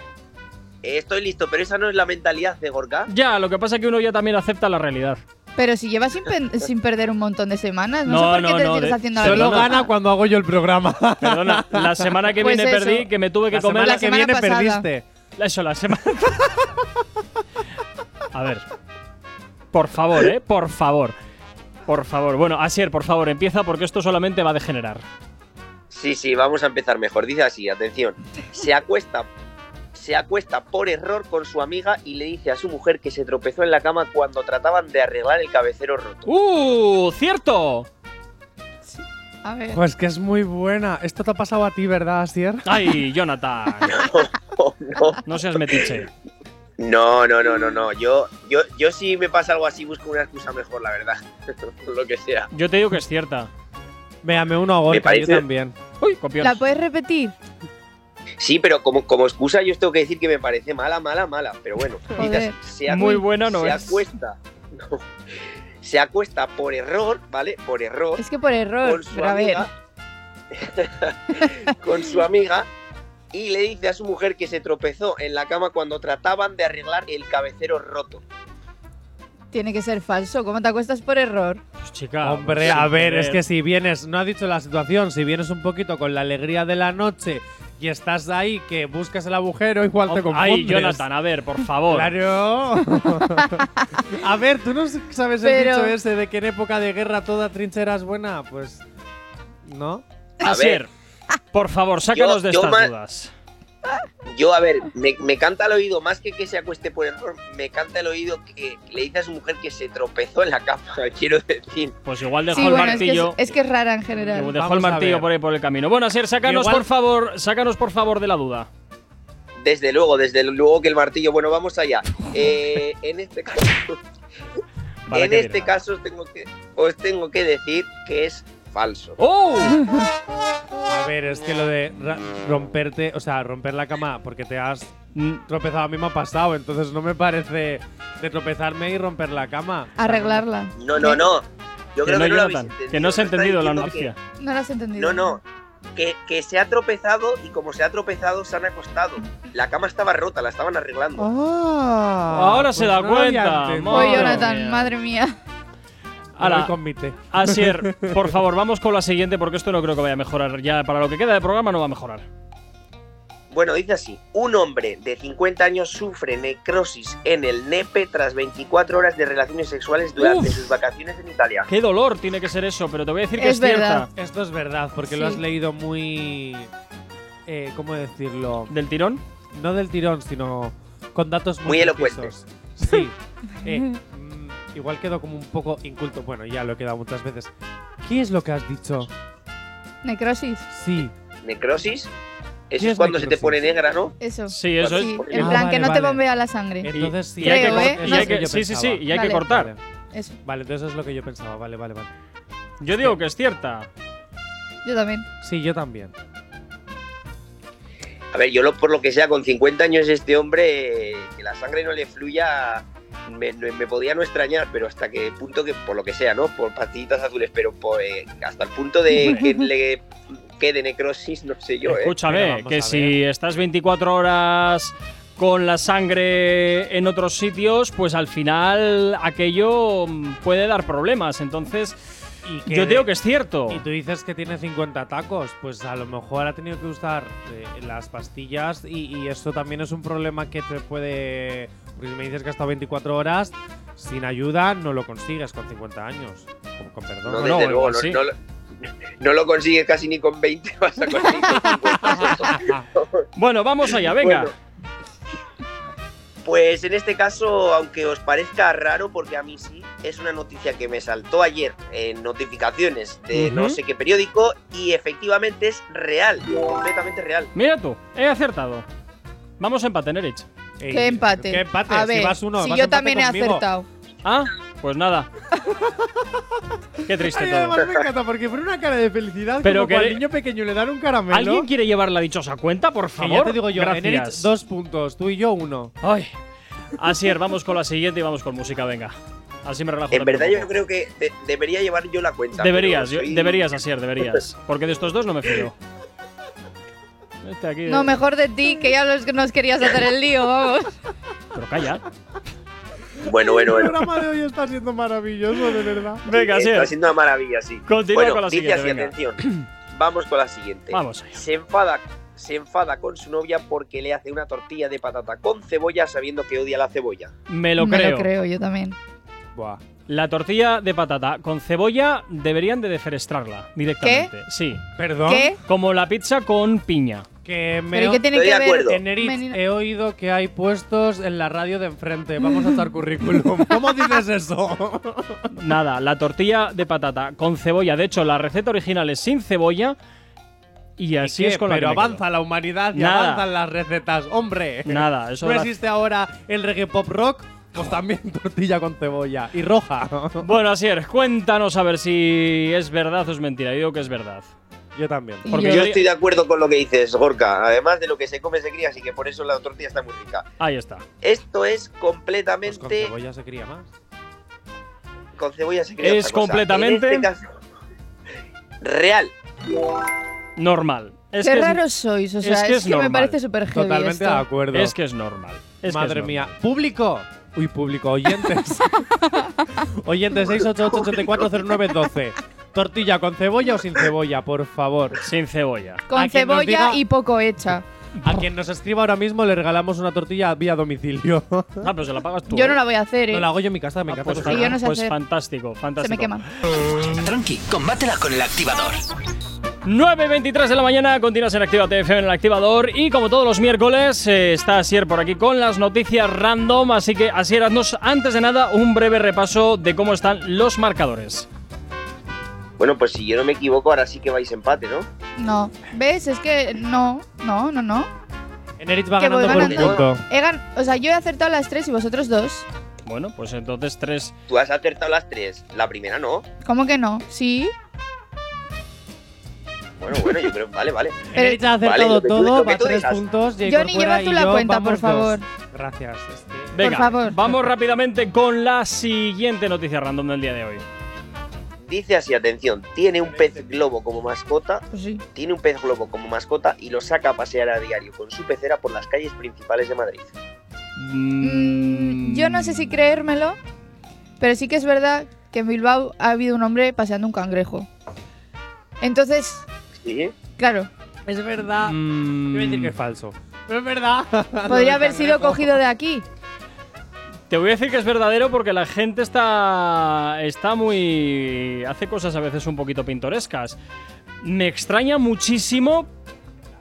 [SPEAKER 7] Eh, Estoy listo, pero esa no es la mentalidad de Gorka.
[SPEAKER 1] Ya, lo que pasa es que uno ya también acepta la realidad.
[SPEAKER 2] Pero si llevas sin, pen- sin perder un montón de semanas, no,
[SPEAKER 1] No,
[SPEAKER 2] sé por qué
[SPEAKER 1] no,
[SPEAKER 2] te
[SPEAKER 1] no,
[SPEAKER 2] sigues
[SPEAKER 1] de-
[SPEAKER 2] haciendo la
[SPEAKER 3] Solo
[SPEAKER 2] víctima.
[SPEAKER 3] gana cuando hago yo el programa.
[SPEAKER 1] Perdona, la semana que
[SPEAKER 2] Pues
[SPEAKER 1] viene
[SPEAKER 2] eso.
[SPEAKER 1] perdí, que me tuve que
[SPEAKER 3] la
[SPEAKER 1] comer
[SPEAKER 3] semana
[SPEAKER 2] la
[SPEAKER 3] que
[SPEAKER 2] semana
[SPEAKER 3] viene
[SPEAKER 2] pasada.
[SPEAKER 3] perdiste.
[SPEAKER 1] Eso, la semana. A ver. Por favor, ¿eh? Por favor. Por favor. Bueno, Asier, por favor, empieza porque esto solamente va a degenerar.
[SPEAKER 7] Sí, sí, vamos a empezar mejor. Dice así, atención. Se acuesta, se acuesta por error con su amiga y le dice a su mujer que se tropezó en la cama cuando trataban de arreglar el cabecero roto.
[SPEAKER 1] ¡Uh! ¡Cierto!
[SPEAKER 2] A ver.
[SPEAKER 3] Pues que es muy buena. Esto te ha pasado a ti, ¿verdad, Asier?
[SPEAKER 1] ¡Ay, Jonathan!
[SPEAKER 7] Oh, no.
[SPEAKER 1] No seas metiche.
[SPEAKER 7] No, no, no, no, no. Yo, yo, yo si me pasa algo así busco una excusa mejor, la verdad. Lo que sea.
[SPEAKER 1] Yo te digo que es cierta.
[SPEAKER 3] Vea, me uno a Gorka,
[SPEAKER 7] parece-
[SPEAKER 3] yo también.
[SPEAKER 1] ¡Uy, copión!
[SPEAKER 2] ¿La puedes repetir?
[SPEAKER 7] Sí, pero como, como excusa yo os tengo que decir que me parece mala, mala, mala. Pero bueno,
[SPEAKER 2] Joder.
[SPEAKER 7] se acu-
[SPEAKER 1] Muy buena no
[SPEAKER 7] se
[SPEAKER 1] es.
[SPEAKER 7] acuesta. no. se acuesta por error, ¿vale? Por error.
[SPEAKER 2] Es que por error.
[SPEAKER 7] con su
[SPEAKER 2] Pero a ver.
[SPEAKER 7] amiga. con su amiga. Y le dice a su mujer que se tropezó en la cama cuando trataban de arreglar el cabecero roto.
[SPEAKER 2] Tiene que ser falso. ¿Cómo te acuestas por error?
[SPEAKER 1] Pues, chica,
[SPEAKER 3] Hombre,
[SPEAKER 1] sin
[SPEAKER 3] a ver,
[SPEAKER 1] querer.
[SPEAKER 3] es que si vienes, no ha dicho la situación, si vienes un poquito con la alegría de la noche y estás ahí que buscas el agujero, igual te
[SPEAKER 1] Hom-
[SPEAKER 3] confundes.
[SPEAKER 1] ¡Ay, Jonathan, a ver, por favor!
[SPEAKER 3] Claro. a ver, ¿tú no sabes el
[SPEAKER 2] Pero-
[SPEAKER 3] dicho ese de que en época de guerra toda trinchera es buena? Pues. ¿No?
[SPEAKER 7] A
[SPEAKER 1] Asier, por favor, sácanos
[SPEAKER 7] Yo-
[SPEAKER 1] de
[SPEAKER 7] yo
[SPEAKER 1] estas
[SPEAKER 7] ma-
[SPEAKER 1] dudas.
[SPEAKER 7] Yo, a ver, me, me canta el oído, más que que se acueste por error, me canta el oído que le dice a su mujer que se tropezó en la cama, quiero decir.
[SPEAKER 1] Pues igual dejó
[SPEAKER 2] Sí,
[SPEAKER 1] el
[SPEAKER 2] bueno, es que, es,
[SPEAKER 1] martillo.
[SPEAKER 2] es que es rara en
[SPEAKER 1] Dejó
[SPEAKER 2] general.
[SPEAKER 3] Vamos
[SPEAKER 1] el
[SPEAKER 3] a
[SPEAKER 1] martillo
[SPEAKER 3] ver.
[SPEAKER 1] por ahí por el camino. Bueno, Asier, sácanos
[SPEAKER 3] Igual-
[SPEAKER 1] por favor, sácanos por favor de la duda.
[SPEAKER 7] Desde luego, desde luego que el martillo. Bueno, vamos allá. Eh, en este caso,
[SPEAKER 1] Para
[SPEAKER 7] en
[SPEAKER 1] que
[SPEAKER 7] este
[SPEAKER 1] dirá.
[SPEAKER 7] caso os tengo que, os tengo que decir que es falso.
[SPEAKER 1] ¡Oh!
[SPEAKER 3] A ver, es que lo de ra- romperte, o sea, romper la cama porque te has
[SPEAKER 1] Mm,
[SPEAKER 3] tropezado a mí me ha pasado, entonces no me parece de tropezarme y romper la cama.
[SPEAKER 2] Arreglarla.
[SPEAKER 7] No, no, no. Yo
[SPEAKER 1] Que
[SPEAKER 7] creo
[SPEAKER 1] no,
[SPEAKER 7] que no lo habéis
[SPEAKER 1] Jonathan,
[SPEAKER 7] entendido.
[SPEAKER 1] que no se ha
[SPEAKER 7] Está
[SPEAKER 1] entendido la
[SPEAKER 7] diciendo que-
[SPEAKER 1] noticia.
[SPEAKER 2] No lo has entendido.
[SPEAKER 7] No, no. Que, que se ha tropezado y como se ha tropezado se han acostado. La cama estaba rota, la estaban arreglando.
[SPEAKER 3] Ah.
[SPEAKER 1] Ahora se da cuenta,
[SPEAKER 2] Voy,
[SPEAKER 1] Madre
[SPEAKER 2] Jonathan,
[SPEAKER 1] mía.
[SPEAKER 2] madre mía.
[SPEAKER 1] Ala.
[SPEAKER 3] Ahora convite.
[SPEAKER 1] Asier, por favor, vamos con la siguiente porque esto no creo que vaya a mejorar. Ya para lo que queda de programa no va a mejorar.
[SPEAKER 7] Bueno, dice así. Un hombre de 50 años sufre necrosis en el nepe tras 24 horas de relaciones sexuales durante
[SPEAKER 1] Uf.
[SPEAKER 7] sus vacaciones en Italia.
[SPEAKER 1] Qué dolor tiene que ser eso, pero te voy a decir que es,
[SPEAKER 2] Es verdad.
[SPEAKER 1] cierta.
[SPEAKER 3] Esto es verdad, porque
[SPEAKER 2] Sí.
[SPEAKER 3] lo has leído muy. eh, ¿Cómo decirlo?
[SPEAKER 1] Del tirón.
[SPEAKER 3] No del tirón, sino con datos muy,
[SPEAKER 7] Muy elocuente.
[SPEAKER 3] precisos. Sí. Eh, mm, igual quedó como un poco inculto. Bueno, ya lo he quedado muchas veces. ¿Qué es lo que has dicho?
[SPEAKER 2] Necrosis.
[SPEAKER 3] Sí.
[SPEAKER 7] Necrosis. Eso
[SPEAKER 3] ¿Qué
[SPEAKER 7] es
[SPEAKER 3] es
[SPEAKER 7] cuando se te
[SPEAKER 3] necrosis?
[SPEAKER 7] pone negra, ¿no?
[SPEAKER 2] Eso.
[SPEAKER 1] Sí, eso
[SPEAKER 2] Sí,
[SPEAKER 1] es.
[SPEAKER 7] porque-
[SPEAKER 2] en
[SPEAKER 3] Ah,
[SPEAKER 2] plan
[SPEAKER 3] vale,
[SPEAKER 2] que no
[SPEAKER 3] vale.
[SPEAKER 2] te bombea la sangre.
[SPEAKER 3] Entonces sí.
[SPEAKER 1] Y hay que
[SPEAKER 2] Creo,
[SPEAKER 1] cor-
[SPEAKER 2] ¿eh?
[SPEAKER 1] y
[SPEAKER 3] eso es
[SPEAKER 2] No
[SPEAKER 3] lo
[SPEAKER 1] hay
[SPEAKER 2] sé.
[SPEAKER 3] que
[SPEAKER 1] que-
[SPEAKER 3] yo
[SPEAKER 1] sí, sí, sí,
[SPEAKER 3] pensaba.
[SPEAKER 1] y hay que
[SPEAKER 2] Vale.
[SPEAKER 1] cortar.
[SPEAKER 2] Eso.
[SPEAKER 3] Vale, entonces es lo que yo pensaba. Vale, vale, vale.
[SPEAKER 1] Yo digo que es cierta.
[SPEAKER 2] Yo también.
[SPEAKER 3] Sí, yo también.
[SPEAKER 7] A ver, yo lo, por lo que sea, con 50 años este hombre, eh, que la sangre no le fluya, me, me- me podía no extrañar, pero hasta que punto que, por lo que sea, ¿no? Por pastillitas azules, pero por, eh, hasta el punto de que le quede necrosis, no sé yo, ¿eh?
[SPEAKER 3] Pero
[SPEAKER 1] Escúchame,
[SPEAKER 3] vamos
[SPEAKER 1] que
[SPEAKER 3] a
[SPEAKER 1] si estás 24 horas con la sangre en otros sitios, pues al final aquello mm, puede dar problemas. Entonces,
[SPEAKER 3] Y que
[SPEAKER 1] yo
[SPEAKER 3] de-
[SPEAKER 1] digo que es cierto.
[SPEAKER 3] Y tú dices que tiene 50 tacos, pues a lo mejor ha tenido que usar eh, las pastillas y, y esto también es un problema que te puede... Porque si me dices que hasta 24 horas, sin ayuda no lo consigues con 50 años. Con, con perdón.
[SPEAKER 1] no,
[SPEAKER 7] No, desde luego,
[SPEAKER 1] igual
[SPEAKER 7] no,
[SPEAKER 1] sí.
[SPEAKER 7] no lo, no lo consigues casi ni con 20, vas a conseguir con 50.
[SPEAKER 1] Bueno, vamos allá, venga.
[SPEAKER 7] Bueno. Pues en este caso, aunque os parezca raro, porque a mí sí, es una noticia que me saltó ayer en notificaciones de no
[SPEAKER 1] Ujú.
[SPEAKER 7] sé qué periódico y efectivamente es real, completamente real.
[SPEAKER 1] Mira tú, he acertado. Vamos a empate, Nerich.
[SPEAKER 3] Ey,
[SPEAKER 2] Qué empate.
[SPEAKER 3] Qué empate.
[SPEAKER 2] A
[SPEAKER 3] si
[SPEAKER 2] ver,
[SPEAKER 3] vas uno,
[SPEAKER 2] si
[SPEAKER 3] vas
[SPEAKER 2] yo
[SPEAKER 3] empate
[SPEAKER 2] también he
[SPEAKER 3] conmigo.
[SPEAKER 2] acertado.
[SPEAKER 1] Ah, pues nada. Qué triste
[SPEAKER 3] Ay,
[SPEAKER 1] todo.
[SPEAKER 3] además me encanta porque pone una cara de felicidad
[SPEAKER 1] Pero
[SPEAKER 3] como
[SPEAKER 1] que
[SPEAKER 3] cuando
[SPEAKER 1] de-
[SPEAKER 3] al niño pequeño le dan un caramelo.
[SPEAKER 1] ¿Alguien quiere llevar la dichosa cuenta, por
[SPEAKER 3] que
[SPEAKER 1] favor?
[SPEAKER 3] ya te digo yo,
[SPEAKER 1] Gracias.
[SPEAKER 3] Eneritz, dos puntos, tú y yo uno.
[SPEAKER 1] Ay. Asier, vamos con la siguiente y vamos con música, venga. Así me relajo.
[SPEAKER 7] En
[SPEAKER 1] también
[SPEAKER 7] verdad
[SPEAKER 1] un
[SPEAKER 7] yo
[SPEAKER 1] poco.
[SPEAKER 7] creo que de- debería llevar yo la cuenta.
[SPEAKER 1] pues Deberías,
[SPEAKER 7] pero
[SPEAKER 1] yo-
[SPEAKER 7] soy-
[SPEAKER 1] deberías, Asier,
[SPEAKER 7] Pues-
[SPEAKER 1] deberías. Porque de estos dos no me fío. Este aquí.
[SPEAKER 2] No, mejor de ti, que ya los, nos querías hacer el lío, vamos.
[SPEAKER 1] Pero calla.
[SPEAKER 7] Bueno, bueno,
[SPEAKER 3] El
[SPEAKER 7] bueno.
[SPEAKER 3] programa de hoy está siendo maravilloso, de verdad.
[SPEAKER 1] Venga,
[SPEAKER 7] Está
[SPEAKER 1] Asier.
[SPEAKER 7] siendo una maravilla, sí.
[SPEAKER 1] Continúa
[SPEAKER 7] bueno,
[SPEAKER 1] con la
[SPEAKER 7] dice
[SPEAKER 1] siguiente,
[SPEAKER 7] así,
[SPEAKER 1] venga.
[SPEAKER 7] atención. Vamos con la siguiente.
[SPEAKER 1] Vamos.
[SPEAKER 7] Se enfada, se enfada con su novia porque le hace una tortilla de patata con cebolla sabiendo que odia la cebolla.
[SPEAKER 1] Me lo
[SPEAKER 2] Me
[SPEAKER 1] creo.
[SPEAKER 2] lo creo, yo también.
[SPEAKER 3] Buah.
[SPEAKER 1] La tortilla de patata con cebolla deberían de defenestrarla directamente. Sí.
[SPEAKER 3] Perdón.
[SPEAKER 2] ¿Qué?
[SPEAKER 1] Como la pizza con piña.
[SPEAKER 3] Que me
[SPEAKER 2] ¿Pero qué tiene
[SPEAKER 7] Estoy
[SPEAKER 2] que
[SPEAKER 7] de
[SPEAKER 2] ver?
[SPEAKER 7] acuerdo.
[SPEAKER 3] En Erit
[SPEAKER 2] Menina-
[SPEAKER 3] he oído que hay puestos en la radio de enfrente. Vamos a echar currículum. ¿Cómo dices eso?
[SPEAKER 1] Nada, la tortilla de patata con cebolla. De hecho, la receta original es sin cebolla. Y así
[SPEAKER 3] ¿Qué?
[SPEAKER 1] es con la
[SPEAKER 3] Pero
[SPEAKER 1] que me
[SPEAKER 3] avanza la humanidad y
[SPEAKER 1] Nada.
[SPEAKER 3] avanzan las recetas, hombre.
[SPEAKER 1] quedo. Nada, eso
[SPEAKER 3] ¿No
[SPEAKER 1] de la-
[SPEAKER 3] existe ahora el reggae pop rock? Pues también tortilla con cebolla y roja.
[SPEAKER 1] Bueno, Asier, cuéntanos a ver si es verdad o es mentira. Yo digo que es verdad.
[SPEAKER 3] Yo también.
[SPEAKER 2] Y
[SPEAKER 1] Porque
[SPEAKER 7] Yo,
[SPEAKER 2] yo-
[SPEAKER 1] yo-
[SPEAKER 7] estoy de acuerdo con lo que dices, Gorka. Además de lo que se come, se cría, así que por eso la tortilla está muy rica.
[SPEAKER 1] Ahí está.
[SPEAKER 7] Esto
[SPEAKER 3] Pues
[SPEAKER 7] es
[SPEAKER 3] con
[SPEAKER 7] completamente.
[SPEAKER 3] cebolla se cría más.
[SPEAKER 7] con cebolla se cría
[SPEAKER 1] Es
[SPEAKER 7] otra cosa.
[SPEAKER 1] completamente-
[SPEAKER 7] En este caso, real.
[SPEAKER 1] Normal. Es
[SPEAKER 2] Qué
[SPEAKER 1] que es-
[SPEAKER 2] raros sois, o sea,
[SPEAKER 1] es
[SPEAKER 2] es
[SPEAKER 1] que
[SPEAKER 2] que,
[SPEAKER 1] es
[SPEAKER 2] me
[SPEAKER 1] normal.
[SPEAKER 2] parece súper heavy
[SPEAKER 3] Totalmente
[SPEAKER 2] esto.
[SPEAKER 3] de acuerdo.
[SPEAKER 1] Es que es normal. Es que
[SPEAKER 3] Madre
[SPEAKER 1] es normal.
[SPEAKER 3] mía. ¡Público! Uy, público, oyentes. oyentes, 688-840912. ¿Tortilla con cebolla o sin cebolla? Por favor.
[SPEAKER 1] Sin cebolla.
[SPEAKER 3] A
[SPEAKER 2] Con
[SPEAKER 3] quien nos
[SPEAKER 2] cebolla
[SPEAKER 3] diga-
[SPEAKER 2] y poco hecha.
[SPEAKER 3] A quien nos escriba ahora mismo le regalamos una tortilla vía domicilio.
[SPEAKER 1] Ah, pero se la pagas tú.
[SPEAKER 2] Yo
[SPEAKER 1] ¿eh?
[SPEAKER 2] no la voy a hacer, ¿eh?
[SPEAKER 3] No la hago yo en mi casa, me
[SPEAKER 1] Ah,
[SPEAKER 3] encanta.
[SPEAKER 1] pues,
[SPEAKER 2] Sí, yo no sé
[SPEAKER 1] pues
[SPEAKER 2] hacer.
[SPEAKER 1] fantástico, fantástico.
[SPEAKER 2] Se me quema.
[SPEAKER 4] Tranqui, combátela con el activador.
[SPEAKER 1] 9 y 23 de la mañana, continúas en Activa TFM en el activador. Y como todos los miércoles, eh, está Asier por aquí con las noticias random. Así que, Asier, haznos antes de nada un breve repaso de cómo están los marcadores.
[SPEAKER 7] Bueno, pues si yo no me equivoco, ahora sí que vais empate, ¿no?
[SPEAKER 2] No. ¿Ves? Es que no, no, no, no.
[SPEAKER 3] Eneritz va
[SPEAKER 2] Que voy
[SPEAKER 3] ganando por un
[SPEAKER 7] ganando.
[SPEAKER 3] punto.
[SPEAKER 2] He gan- O sea, yo he acertado las tres y vosotros dos.
[SPEAKER 1] Bueno, pues entonces tres.
[SPEAKER 7] Tú has acertado las tres. La primera no.
[SPEAKER 2] ¿Cómo que no? Sí.
[SPEAKER 7] Bueno, bueno, yo creo. Vale, vale.
[SPEAKER 3] Derecha ha
[SPEAKER 7] Vale,
[SPEAKER 3] acertado
[SPEAKER 7] lo que tú-
[SPEAKER 3] todo,
[SPEAKER 7] lo que
[SPEAKER 3] va
[SPEAKER 7] tú
[SPEAKER 3] tres
[SPEAKER 7] digas.
[SPEAKER 3] puntos. Jay
[SPEAKER 2] Johnny,
[SPEAKER 3] Corcuera
[SPEAKER 2] lleva tú
[SPEAKER 3] y
[SPEAKER 2] la
[SPEAKER 3] yo,
[SPEAKER 2] cuenta,
[SPEAKER 3] vamos
[SPEAKER 2] por favor.
[SPEAKER 3] dos. Gracias. este.
[SPEAKER 1] Venga,
[SPEAKER 2] favor.
[SPEAKER 1] vamos rápidamente con la siguiente noticia random del día de hoy.
[SPEAKER 7] Dice así, atención, tiene un pez globo como mascota,
[SPEAKER 2] Pues sí.
[SPEAKER 7] tiene un pez globo como mascota y lo saca a pasear a diario con su pecera por las calles principales de Madrid.
[SPEAKER 2] Mm, yo no sé si creérmelo, pero sí que es verdad que en Bilbao ha habido un hombre paseando un cangrejo. Entonces,
[SPEAKER 7] ¿Sí?
[SPEAKER 2] claro,
[SPEAKER 3] Es verdad.
[SPEAKER 1] Mm,
[SPEAKER 3] Yo voy a decir que es falso. Pero es verdad.
[SPEAKER 2] podría haber sido cogido de aquí.
[SPEAKER 1] Te voy a decir que es verdadero porque la gente está. está muy. hace cosas a veces un poquito pintorescas. Me extraña muchísimo,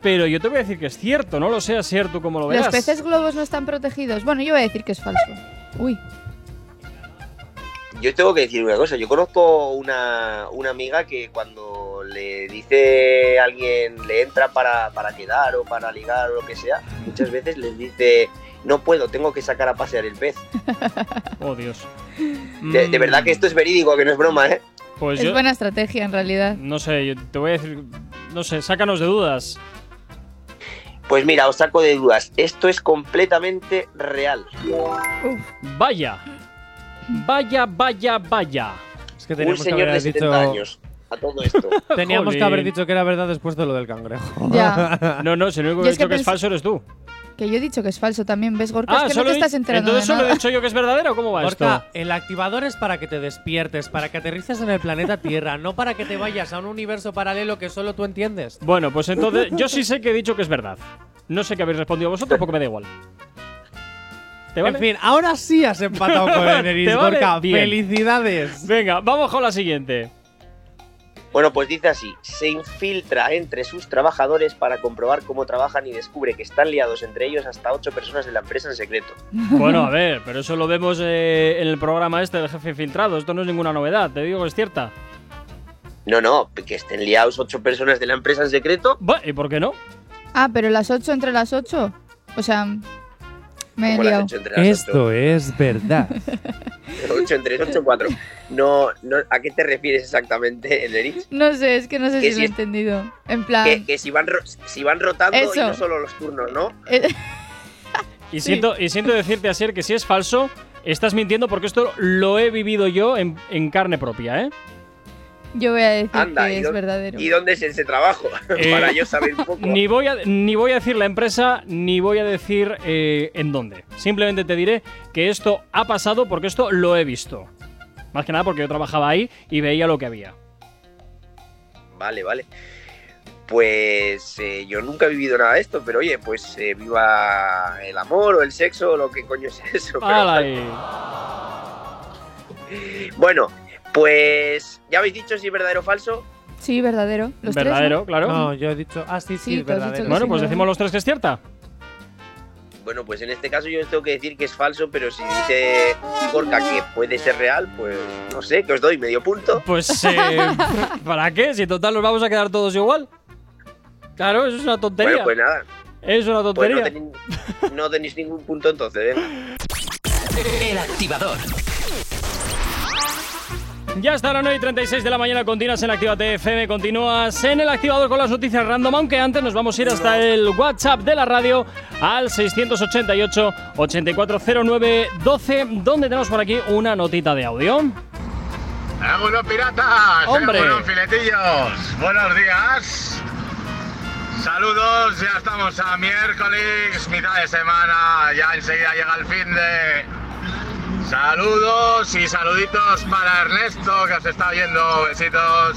[SPEAKER 1] pero yo te voy a decir que es cierto, no lo sé, es cierto como lo
[SPEAKER 2] Los
[SPEAKER 1] veas.
[SPEAKER 2] peces globos no están protegidos. Bueno, yo voy a decir que es falso. Uy,
[SPEAKER 7] Yo tengo que decir una cosa, yo conozco una, una amiga que cuando le dice a alguien, le entra para, para quedar o para ligar o lo que sea, muchas veces les dice, no puedo, tengo que sacar a pasear el pez.
[SPEAKER 1] Oh, Dios. Mm,
[SPEAKER 7] De, de verdad que esto es verídico, que no es broma, ¿eh?
[SPEAKER 1] Pues
[SPEAKER 2] es
[SPEAKER 1] yo.
[SPEAKER 2] buena estrategia en realidad.
[SPEAKER 1] No sé, yo te voy a decir. No sé, sácanos de dudas.
[SPEAKER 7] Pues mira, os saco de dudas, esto es completamente real.
[SPEAKER 1] Vaya. Vaya, vaya, vaya.
[SPEAKER 3] Es que
[SPEAKER 7] Un
[SPEAKER 3] teníamos que
[SPEAKER 7] señor de
[SPEAKER 3] haber
[SPEAKER 7] 70
[SPEAKER 3] dicho.
[SPEAKER 7] años a todo esto.
[SPEAKER 3] Teníamos que haber
[SPEAKER 1] Jolín.
[SPEAKER 3] dicho que era verdad después de lo del cangrejo.
[SPEAKER 2] Ya,
[SPEAKER 1] No, no, si el único
[SPEAKER 2] Yo
[SPEAKER 1] que he
[SPEAKER 2] es que
[SPEAKER 1] dicho que es
[SPEAKER 2] pensé-
[SPEAKER 1] falso eres tú.
[SPEAKER 2] que yo he dicho que es falso también, ¿ves, Gorka? es que
[SPEAKER 1] Ah, solo
[SPEAKER 2] no
[SPEAKER 1] he
[SPEAKER 2] te estás
[SPEAKER 1] dicho-
[SPEAKER 2] enterando
[SPEAKER 1] Entonces
[SPEAKER 2] de
[SPEAKER 1] solo he
[SPEAKER 2] nada.
[SPEAKER 1] dicho yo que es verdadero. ¿Cómo va
[SPEAKER 3] Gorka,
[SPEAKER 1] esto?
[SPEAKER 3] el activador es para que te despiertes, para que aterrices en el planeta Tierra, no para que te vayas a un universo paralelo que solo tú entiendes.
[SPEAKER 1] Bueno, pues entonces yo sí sé que he dicho que es verdad. No sé qué habéis respondido vosotros porque me da igual. ¿Te vale?
[SPEAKER 3] En fin, ahora sí has empatado con Eneris,
[SPEAKER 1] ¿Te vale?
[SPEAKER 3] Gorka.
[SPEAKER 1] Bien.
[SPEAKER 3] ¡Felicidades!
[SPEAKER 1] Venga, vamos con la siguiente.
[SPEAKER 7] Bueno, pues dice así, se infiltra entre sus trabajadores para comprobar cómo trabajan y descubre que están liados entre ellos hasta ocho personas de la empresa en secreto.
[SPEAKER 1] Bueno, a ver, pero eso lo vemos eh, en el programa este del jefe filtrado. Esto no es ninguna novedad, te digo que es cierta.
[SPEAKER 7] No, no, que estén liados ocho personas de la empresa en secreto.
[SPEAKER 1] Bueno, ¿Y por qué no?
[SPEAKER 2] Ah, pero las 8 entre las 8. O sea, me he
[SPEAKER 7] Como las
[SPEAKER 2] liado.
[SPEAKER 7] ocho entre las ocho.
[SPEAKER 3] es verdad.
[SPEAKER 7] Ocho entre ocho, cuatro. No, no, ¿a qué te refieres exactamente, Enerich?
[SPEAKER 2] No sé, es que no sé
[SPEAKER 7] Que
[SPEAKER 2] si
[SPEAKER 7] si
[SPEAKER 2] lo he
[SPEAKER 7] es-
[SPEAKER 2] entendido. En plan,
[SPEAKER 7] Que, que si, van ro- si van rotando y
[SPEAKER 2] Ah. Eso.
[SPEAKER 7] no solo los turnos, ¿no?
[SPEAKER 2] eh,
[SPEAKER 1] Y,
[SPEAKER 2] Sí.
[SPEAKER 1] siento, y siento decirte, Asier, que si es falso, estás mintiendo porque esto lo he vivido yo en, en carne propia, ¿eh?
[SPEAKER 2] yo voy a decir
[SPEAKER 7] Anda,
[SPEAKER 2] que
[SPEAKER 7] ¿y
[SPEAKER 2] es
[SPEAKER 7] dónde-
[SPEAKER 2] verdadero.
[SPEAKER 7] ¿Y dónde es ese trabajo?
[SPEAKER 1] Eh,
[SPEAKER 7] Para yo saber un poco.
[SPEAKER 1] Ni voy, a, ni voy a decir la empresa, ni voy a decir eh, en dónde. Simplemente te diré que esto ha pasado porque esto lo he visto. Más que nada porque yo trabajaba ahí y veía lo que había.
[SPEAKER 7] Vale, vale. Pues eh, yo nunca he vivido nada de esto, pero oye, pues eh, viva el amor o el sexo o lo que coño es eso. pero-
[SPEAKER 1] ¡Hala ahí!
[SPEAKER 7] bueno, pues ya habéis dicho si es verdadero o falso.
[SPEAKER 2] Sí, verdadero. Los tres,
[SPEAKER 1] Verdadero, claro.
[SPEAKER 3] No, yo he dicho. Ah, sí, sí,
[SPEAKER 2] Sí,
[SPEAKER 3] es
[SPEAKER 2] tú has
[SPEAKER 3] verdad.
[SPEAKER 2] dicho que
[SPEAKER 1] Bueno,
[SPEAKER 2] sí,
[SPEAKER 1] pues
[SPEAKER 2] claro.
[SPEAKER 1] decimos los tres que es cierta.
[SPEAKER 7] Bueno, pues en este caso yo os tengo que decir que es falso, pero si dice Gorka que puede ser real, pues no sé, que os doy medio punto.
[SPEAKER 1] Pues, eh, ¿para qué? Si en total nos vamos a quedar todos igual. Claro, eso es una tontería.
[SPEAKER 7] Bueno, pues nada,
[SPEAKER 1] es una
[SPEAKER 7] pues
[SPEAKER 1] tontería.
[SPEAKER 7] no, tenéis, no tenéis ningún punto entonces, ¿eh?
[SPEAKER 4] El activador.
[SPEAKER 1] Ya está la 9 y 36 de la mañana, continúas en Actívate FM, continúas en el activador con las noticias random, aunque antes nos vamos a ir hasta el WhatsApp de la radio al 688-8409-12, donde tenemos por aquí una notita de audio.
[SPEAKER 8] ¡Vámonos, piratas!
[SPEAKER 1] ¡Hombre!
[SPEAKER 8] ¡Vámonos, filetillos! ¡Buenos días! Saludos, ya estamos a miércoles, mitad de semana, ya enseguida llega el fin de... Saludos y saluditos para Ernesto, que os está viendo. Besitos.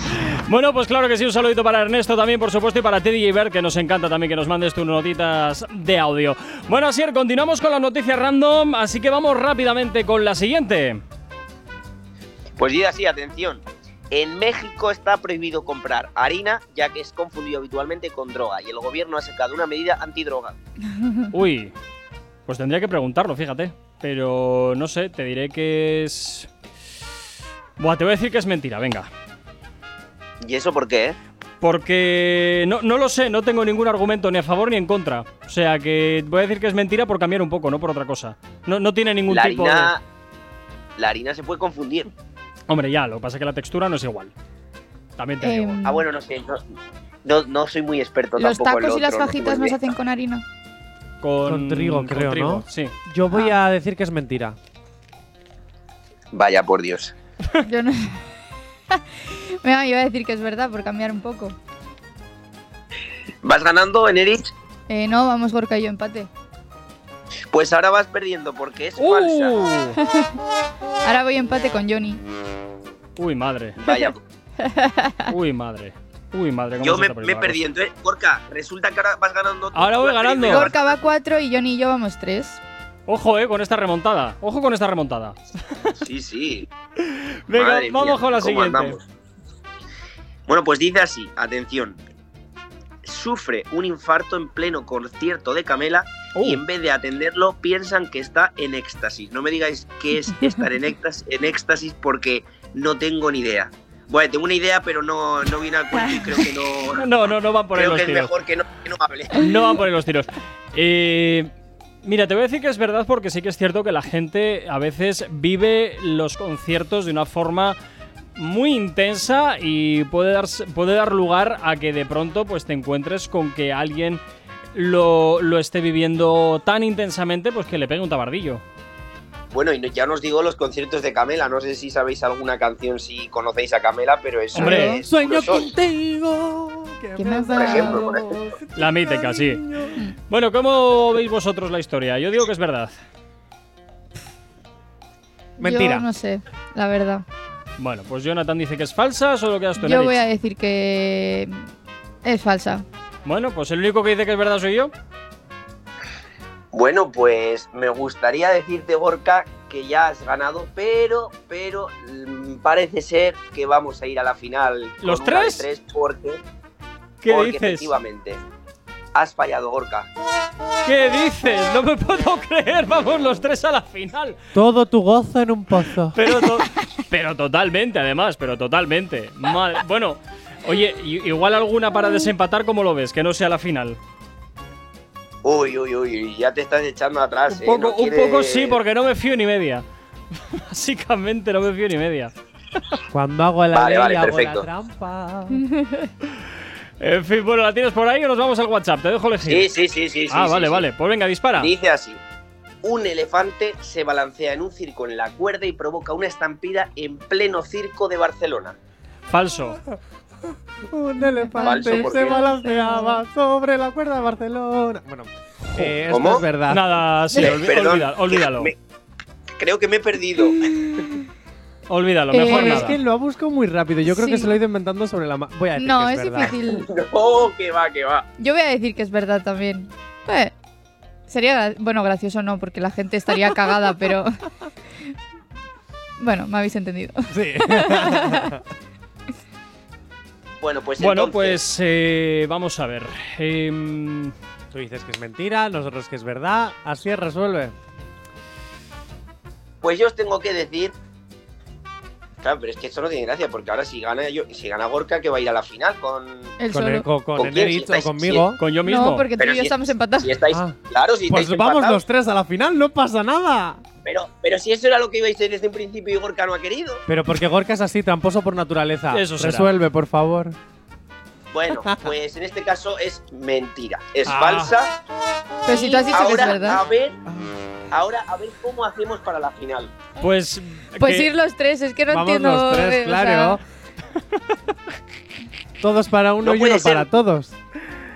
[SPEAKER 1] Bueno, pues claro que sí, un saludito para Ernesto también, por supuesto, y para ti, DJ Ver, que nos encanta también que nos mandes tus notitas de audio. Bueno, Asier, continuamos con las noticias random, así que vamos rápidamente con la siguiente.
[SPEAKER 7] Pues diga así, atención. En México está prohibido comprar harina, ya que es confundido habitualmente con droga, y el gobierno ha sacado una medida antidroga.
[SPEAKER 1] Uy, pues tendría que preguntarlo, fíjate. Pero no sé, te diré que es. Buah, te voy a decir que es mentira, venga.
[SPEAKER 7] ¿Y eso por qué? eh?
[SPEAKER 1] Porque no, no lo sé, no tengo ningún argumento ni a favor ni en contra. O sea que voy a decir que es mentira por cambiar un poco, no por otra cosa. No, no tiene ningún
[SPEAKER 7] La
[SPEAKER 1] tipo
[SPEAKER 7] harina, la harina se puede confundir.
[SPEAKER 1] de. Hombre, ya, lo que pasa es que la textura no es igual. También te digo.
[SPEAKER 2] Em,
[SPEAKER 7] Ah, bueno, no Ah, sé. No, No, no soy muy experto
[SPEAKER 2] Los
[SPEAKER 7] tampoco. en
[SPEAKER 2] tacos
[SPEAKER 7] lo
[SPEAKER 2] y las
[SPEAKER 7] otro, no
[SPEAKER 2] fajitas
[SPEAKER 7] muy
[SPEAKER 2] no se
[SPEAKER 7] bien.
[SPEAKER 2] hacen con harina.
[SPEAKER 1] Con,
[SPEAKER 3] Con trigo,
[SPEAKER 1] con
[SPEAKER 3] creo,
[SPEAKER 1] trigo,
[SPEAKER 3] ¿no?
[SPEAKER 1] Sí.
[SPEAKER 3] Yo voy a decir que es mentira.
[SPEAKER 7] Vaya, por Dios.
[SPEAKER 2] Yo no. Venga, iba a decir que es verdad por cambiar un poco.
[SPEAKER 7] ¿Vas ganando, Enerich?
[SPEAKER 2] Eh, no, vamos Gorka y yo empate.
[SPEAKER 7] Pues ahora vas perdiendo porque es falsa.
[SPEAKER 1] ¡Uh!
[SPEAKER 2] Ahora voy empate con Johnny.
[SPEAKER 1] Uy, madre.
[SPEAKER 7] Vaya,
[SPEAKER 1] Uy, madre. Uy, madre. cómo
[SPEAKER 7] yo
[SPEAKER 1] se
[SPEAKER 7] me,
[SPEAKER 1] está
[SPEAKER 7] me
[SPEAKER 1] poniendo
[SPEAKER 7] he
[SPEAKER 1] la
[SPEAKER 7] perdido. Entonces, Gorka, resulta que ahora vas ganando. tú.
[SPEAKER 1] Ahora voy
[SPEAKER 7] Tú has
[SPEAKER 1] ganando.
[SPEAKER 7] perdido.
[SPEAKER 2] Gorka va 4 y Johnny y yo vamos 3.
[SPEAKER 1] cosa. Ojo, eh, con esta remontada. Ojo con esta remontada.
[SPEAKER 7] Sí, sí.
[SPEAKER 1] Venga,
[SPEAKER 7] Madre
[SPEAKER 1] vamos
[SPEAKER 7] mía,
[SPEAKER 1] con la
[SPEAKER 7] ¿cómo
[SPEAKER 1] siguiente.
[SPEAKER 7] andamos? Bueno, pues dice así, atención. Sufre un infarto en pleno concierto de Camela y
[SPEAKER 1] Uh,
[SPEAKER 7] en vez de atenderlo piensan que está en éxtasis. No me digáis qué es estar en éxtasis, en éxtasis porque no tengo ni idea. Bueno, tengo una idea, pero no, no viene al cuento y creo que no.
[SPEAKER 1] no, no, no van por ahí
[SPEAKER 7] creo
[SPEAKER 1] los
[SPEAKER 7] que es
[SPEAKER 1] tiros.
[SPEAKER 7] mejor que no, que no hable.
[SPEAKER 1] No van por ahí los tiros. Eh, mira, te voy a decir que es verdad porque sí que es cierto que la gente a veces vive los conciertos de una forma muy intensa y puede dar, puede dar lugar a que de pronto pues te encuentres con que alguien lo, lo esté viviendo tan intensamente pues que le pegue un tabardillo.
[SPEAKER 7] Bueno, y no- ya os digo los conciertos de Camela. No sé si sabéis alguna canción, si conocéis a Camela, pero eso
[SPEAKER 1] Hombre.
[SPEAKER 7] es puro sol.
[SPEAKER 3] contigo.
[SPEAKER 2] ¿Qué me has
[SPEAKER 7] Por ejemplo,
[SPEAKER 2] dado?
[SPEAKER 7] por ejemplo.
[SPEAKER 1] La mítica, sí. Bueno, ¿cómo veis vosotros la historia? Yo digo que es verdad.
[SPEAKER 3] Mentira.
[SPEAKER 2] Yo no sé, la verdad.
[SPEAKER 1] Bueno, pues Jonathan dice que es falsa, solo quedas tú en
[SPEAKER 2] Yo
[SPEAKER 1] Erich.
[SPEAKER 2] voy a decir que es falsa.
[SPEAKER 1] Bueno, pues el único que dice que es verdad soy yo.
[SPEAKER 7] Bueno, pues me gustaría decirte, Gorka, que ya has ganado, pero, pero mm, parece ser que vamos a ir a la final. con
[SPEAKER 1] ¿Los
[SPEAKER 7] una de
[SPEAKER 1] tres?
[SPEAKER 7] tres porque,
[SPEAKER 1] ¿Qué
[SPEAKER 7] porque
[SPEAKER 1] dices?
[SPEAKER 7] efectivamente has fallado, Gorka.
[SPEAKER 1] ¿Qué dices? No me puedo creer. Vamos los tres a la final.
[SPEAKER 3] Todo tu gozo en un pozo.
[SPEAKER 1] Pero, to- pero totalmente, además, pero totalmente. Madre- Bueno, oye, i- igual alguna para desempatar, ¿cómo lo ves? Que no sea la final.
[SPEAKER 7] Uy, uy, uy, ya te estás echando atrás.
[SPEAKER 1] Un
[SPEAKER 7] ¿eh?
[SPEAKER 1] poco,
[SPEAKER 7] No
[SPEAKER 1] un
[SPEAKER 7] quieres-
[SPEAKER 1] poco sí, porque no me fío ni media. Básicamente no me fío ni media.
[SPEAKER 3] Cuando hago la
[SPEAKER 7] Vale,
[SPEAKER 3] ley,
[SPEAKER 7] vale,
[SPEAKER 3] hago
[SPEAKER 7] perfecto.
[SPEAKER 3] la trampa.
[SPEAKER 1] En fin, bueno, ¿la tienes por ahí o nos vamos al WhatsApp? Te dejo
[SPEAKER 7] Sí,
[SPEAKER 1] elegir.
[SPEAKER 7] sí, sí, sí.
[SPEAKER 1] ah,
[SPEAKER 7] sí,
[SPEAKER 1] vale,
[SPEAKER 7] sí.
[SPEAKER 1] vale. Pues venga, dispara.
[SPEAKER 7] Dice así. Un elefante se balancea en un circo en la cuerda y provoca una estampida en pleno circo de Barcelona.
[SPEAKER 1] Falso.
[SPEAKER 3] Un
[SPEAKER 2] Falso,
[SPEAKER 3] elefante
[SPEAKER 7] ¿por
[SPEAKER 3] se
[SPEAKER 7] qué?
[SPEAKER 3] balanceaba sobre la cuerda de Barcelona. Bueno, eh,
[SPEAKER 7] ¿Cómo?
[SPEAKER 3] esto es verdad.
[SPEAKER 1] Nada, sí,
[SPEAKER 7] Eh,
[SPEAKER 1] olvi-
[SPEAKER 7] perdón,
[SPEAKER 1] olvida- olvídalo.
[SPEAKER 7] me- creo que me he perdido.
[SPEAKER 1] Olvídalo,
[SPEAKER 2] Eh,
[SPEAKER 1] mejor
[SPEAKER 3] Pero es
[SPEAKER 1] nada.
[SPEAKER 3] que lo ha buscado muy rápido. Yo creo que
[SPEAKER 2] Sí.
[SPEAKER 3] se lo ha ido inventando sobre la mano. Voy a decir
[SPEAKER 2] No,
[SPEAKER 3] que
[SPEAKER 2] es,
[SPEAKER 3] verdad.
[SPEAKER 2] difícil.
[SPEAKER 7] No, que va, que va.
[SPEAKER 2] Yo voy a decir que es verdad también. Eh, sería, gra- bueno, gracioso no, porque la gente estaría cagada, pero... Bueno, me habéis entendido.
[SPEAKER 7] Bueno, pues
[SPEAKER 1] Bueno,
[SPEAKER 7] entonces,
[SPEAKER 1] pues eh, vamos a ver. Em,
[SPEAKER 3] Tú dices que es mentira, nosotros que es verdad. Así es, resuelve.
[SPEAKER 7] pues yo os tengo que decir. Claro, pero es que esto no tiene gracia, porque ahora si gana yo, si gana Gorka, que va a ir a la final con.
[SPEAKER 2] El
[SPEAKER 3] Con, el,
[SPEAKER 2] solo.
[SPEAKER 3] con, con
[SPEAKER 7] ¿Con quién?
[SPEAKER 3] Eneritz
[SPEAKER 7] Si
[SPEAKER 3] o
[SPEAKER 7] estáis-
[SPEAKER 3] conmigo.
[SPEAKER 1] con yo mismo.
[SPEAKER 2] No, porque tú
[SPEAKER 7] Pero
[SPEAKER 2] y yo
[SPEAKER 7] si-
[SPEAKER 2] estamos empatados.
[SPEAKER 7] Si estáis.
[SPEAKER 3] Ah.
[SPEAKER 7] Claro, si
[SPEAKER 3] Pues
[SPEAKER 7] estáis
[SPEAKER 3] vamos
[SPEAKER 7] empatados.
[SPEAKER 3] los tres a la final, no pasa nada.
[SPEAKER 7] Pero, pero si eso era lo que ibais a decir desde un principio y Gorka no ha querido.
[SPEAKER 3] Pero porque Gorka es así, tramposo por naturaleza.
[SPEAKER 1] Eso será.
[SPEAKER 3] Resuelve, por favor.
[SPEAKER 7] Bueno, pues en este caso es mentira. Es
[SPEAKER 1] Ah.
[SPEAKER 7] falsa.
[SPEAKER 2] Pero si tú has dicho que es
[SPEAKER 7] ahora, ah,
[SPEAKER 2] verdad.
[SPEAKER 7] A ver, ahora a ver cómo hacemos para la final.
[SPEAKER 1] Pues,
[SPEAKER 2] Pues
[SPEAKER 1] que-
[SPEAKER 2] ir los tres, es que no
[SPEAKER 3] Vamos
[SPEAKER 2] entiendo.
[SPEAKER 3] los
[SPEAKER 2] eh,
[SPEAKER 3] tres,
[SPEAKER 2] o
[SPEAKER 3] claro.
[SPEAKER 2] sea,
[SPEAKER 3] todos para uno
[SPEAKER 7] No
[SPEAKER 3] y
[SPEAKER 7] puede
[SPEAKER 3] uno
[SPEAKER 7] ser.
[SPEAKER 3] para todos.